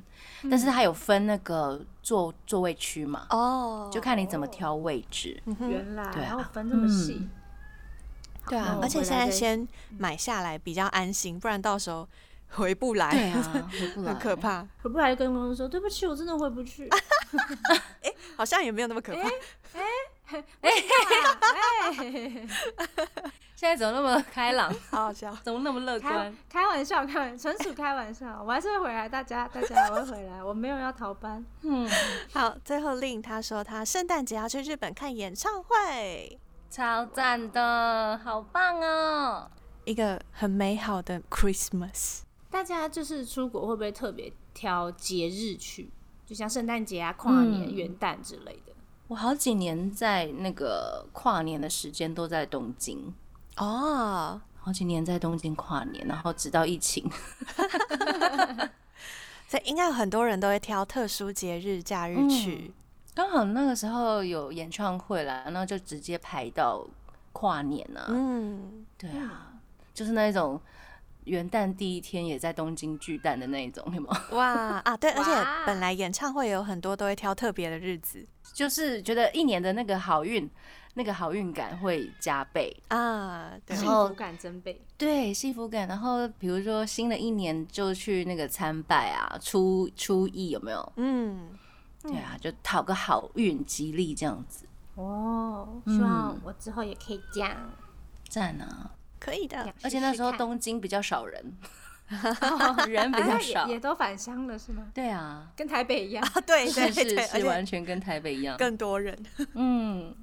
[SPEAKER 1] 但是
[SPEAKER 2] 嗯
[SPEAKER 1] 它有分那个座座位区嘛，
[SPEAKER 2] 哦嗯
[SPEAKER 1] 就看你怎么挑位置。
[SPEAKER 3] 原来
[SPEAKER 1] 对啊
[SPEAKER 3] 然后分这么细
[SPEAKER 1] 嗯，
[SPEAKER 3] 好
[SPEAKER 2] 对
[SPEAKER 3] 那
[SPEAKER 2] 啊
[SPEAKER 3] 我，
[SPEAKER 2] 而且
[SPEAKER 3] 回来
[SPEAKER 2] 现在
[SPEAKER 3] 再
[SPEAKER 2] 先买下来比较安心，不然到时候 回不来，
[SPEAKER 1] 对 啊，回不来
[SPEAKER 2] 很可。怕。
[SPEAKER 3] 回不来就跟公司说对不起，我真的回不 去。哎
[SPEAKER 2] 好像也没有那么可怕。
[SPEAKER 3] 哎
[SPEAKER 1] 现在怎么那么开朗？
[SPEAKER 2] 好好笑。
[SPEAKER 1] 怎么那么乐
[SPEAKER 3] 开
[SPEAKER 1] 观？
[SPEAKER 3] 开玩笑，开玩纯属开玩笑，我还是会回来，大家大家我会回来，我没有要逃班。
[SPEAKER 1] 嗯，
[SPEAKER 2] 好，最后令他说他圣诞节要去日本看演唱会，
[SPEAKER 1] 超赞的，好棒哦！
[SPEAKER 2] 一个很美好的 Christmas。
[SPEAKER 3] 大家就是出国会不会特别挑节日去？就像圣诞节啊、跨年、
[SPEAKER 1] 嗯
[SPEAKER 3] 元旦之类的。
[SPEAKER 1] 我好几年在那个跨年的时间都在东京，
[SPEAKER 2] 哦，
[SPEAKER 1] 好几年在东京跨年，然后直到疫情。
[SPEAKER 2] 所以应该有很多人都会挑特殊节日假
[SPEAKER 1] 嗯
[SPEAKER 2] 日去。
[SPEAKER 1] 刚好那个时候有演唱会啦，然后就直接排到跨年啊。
[SPEAKER 2] 嗯，
[SPEAKER 1] 对啊，就是那一种元旦第一天也在东京巨蛋的那一种，有 吗？
[SPEAKER 2] 哇啊，对，
[SPEAKER 3] 哇
[SPEAKER 2] 而且本来演唱会有很多都会挑特别的日子
[SPEAKER 1] 就是觉得一年的那个好运，那个好运感会加倍。
[SPEAKER 2] 啊，对
[SPEAKER 1] 然
[SPEAKER 3] 幸
[SPEAKER 1] 后
[SPEAKER 3] 福感增倍，
[SPEAKER 1] 对，幸福感。然后比如说新的一年就去那个参拜啊，初初一有没有？
[SPEAKER 2] 嗯，
[SPEAKER 1] 对啊，就讨个好运、吉利这样子，
[SPEAKER 3] 哦，
[SPEAKER 1] 嗯
[SPEAKER 3] 希望我之后也可以这样。
[SPEAKER 1] 赞啊！
[SPEAKER 2] 可以的。
[SPEAKER 1] 而且那时候
[SPEAKER 3] 试试看
[SPEAKER 1] 东京比较 少人，人比较
[SPEAKER 3] 啊
[SPEAKER 1] 少
[SPEAKER 3] 也，也都返乡了是吗？
[SPEAKER 1] 对啊，
[SPEAKER 3] 跟台北一 样，
[SPEAKER 2] 啊， 对对
[SPEAKER 1] 是
[SPEAKER 2] 对
[SPEAKER 1] 是
[SPEAKER 2] 对，
[SPEAKER 1] 是，
[SPEAKER 2] 而
[SPEAKER 1] 完
[SPEAKER 2] 且
[SPEAKER 1] 全跟台北一样。
[SPEAKER 2] 更多人。
[SPEAKER 1] 嗯，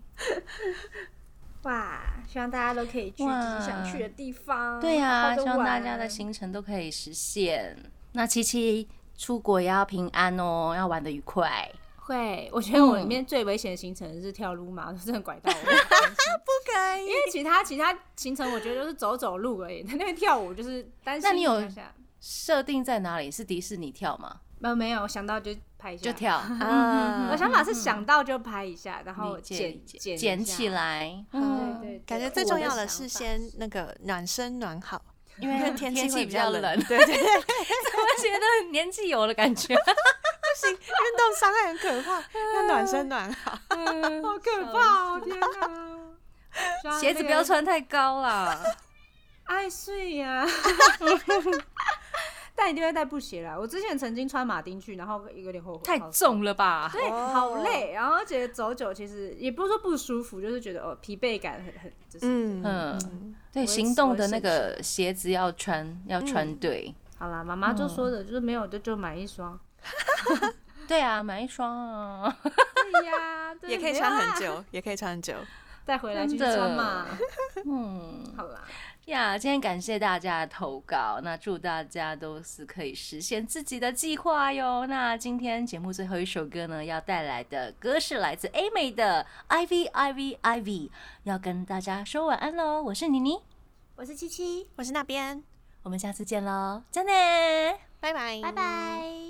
[SPEAKER 3] 哇！希望大家都可以去
[SPEAKER 1] 哇
[SPEAKER 3] 自己想去的地方，
[SPEAKER 1] 对
[SPEAKER 3] 好
[SPEAKER 1] 啊，
[SPEAKER 3] 好地
[SPEAKER 1] 希望大家
[SPEAKER 3] 玩
[SPEAKER 1] 的行程都可以实现。那七七出国也要平安哦，要玩的愉快。
[SPEAKER 3] 会。我觉得我里
[SPEAKER 1] 嗯
[SPEAKER 3] 面最危险的行程是跳路马，真的拐到我。
[SPEAKER 2] 不可以
[SPEAKER 1] 嗯
[SPEAKER 3] 因为其他其他行程我觉得就是走走路而已，他那边跳舞就是担心
[SPEAKER 1] 那你有
[SPEAKER 3] 一下。
[SPEAKER 1] 设定在哪里？是迪士尼跳吗？
[SPEAKER 3] 没有没有，想到就拍一下
[SPEAKER 1] 就。跳。 嗯
[SPEAKER 2] 啊
[SPEAKER 3] 我想法是想到就拍一下，然后
[SPEAKER 1] 理解理
[SPEAKER 3] 捡
[SPEAKER 1] 解
[SPEAKER 3] 捡
[SPEAKER 1] 捡
[SPEAKER 3] 一
[SPEAKER 1] 起
[SPEAKER 3] 下。
[SPEAKER 1] 来，
[SPEAKER 3] 嗯，
[SPEAKER 1] 嗯，
[SPEAKER 3] 对对，
[SPEAKER 2] 感觉
[SPEAKER 3] 对
[SPEAKER 2] 最重要
[SPEAKER 3] 我
[SPEAKER 2] 的
[SPEAKER 3] 想
[SPEAKER 2] 是
[SPEAKER 3] 法
[SPEAKER 2] 先那个暖身暖好，
[SPEAKER 1] 因
[SPEAKER 2] 因为
[SPEAKER 1] 为
[SPEAKER 2] 天
[SPEAKER 1] 气
[SPEAKER 2] 会
[SPEAKER 1] 比较
[SPEAKER 2] 冷。
[SPEAKER 1] 冷，
[SPEAKER 2] 对对对， 运
[SPEAKER 1] 我觉得年纪有了感 觉，
[SPEAKER 3] 啊
[SPEAKER 2] 动伤害很可怕，要暖身暖好。
[SPEAKER 3] 好可怕哦！天哪，希 望
[SPEAKER 1] 鞋子
[SPEAKER 3] 那
[SPEAKER 1] 不要
[SPEAKER 3] 个
[SPEAKER 1] 穿太高 啦。
[SPEAKER 3] 爱睡呀、 但一定会带布鞋啦。我之前曾经穿马丁去，然后有点后悔，
[SPEAKER 1] 太
[SPEAKER 3] 好
[SPEAKER 1] 重了 吧？
[SPEAKER 3] 对，
[SPEAKER 2] 哦
[SPEAKER 3] 好累，然后觉得走久其实也不是说不舒服，就是觉得哦疲惫感很很，就是、
[SPEAKER 2] 嗯，
[SPEAKER 1] 嗯，对，
[SPEAKER 3] 我会
[SPEAKER 1] 行动
[SPEAKER 3] 我
[SPEAKER 1] 的
[SPEAKER 3] 会
[SPEAKER 1] 那
[SPEAKER 3] 生
[SPEAKER 1] 个鞋子要穿，要穿
[SPEAKER 2] 嗯
[SPEAKER 1] 对。
[SPEAKER 3] 好啦。妈妈就说的，就是没有就就买一双。
[SPEAKER 1] 对啊，买一双啊。
[SPEAKER 3] 对呀、对
[SPEAKER 2] 也可以
[SPEAKER 3] 没有
[SPEAKER 2] 穿
[SPEAKER 3] 啊
[SPEAKER 2] 很久，也可以穿很久。
[SPEAKER 3] 再回来
[SPEAKER 1] 真
[SPEAKER 3] 去
[SPEAKER 1] 的
[SPEAKER 3] 穿 嘛。
[SPEAKER 1] 嗯
[SPEAKER 3] 好啦，
[SPEAKER 1] 呀，今天感谢大家的投稿，那祝大家都是可以实现自己的计划哟。那今天节目最后一首歌呢，要带来的歌是来自 A 美的 I V I V I V，要跟大家说晚安喽。我是妮妮，
[SPEAKER 3] 我是七七，
[SPEAKER 2] 我是那边，
[SPEAKER 1] 我们下次见喽，再见。
[SPEAKER 2] 拜拜，
[SPEAKER 3] 拜。拜。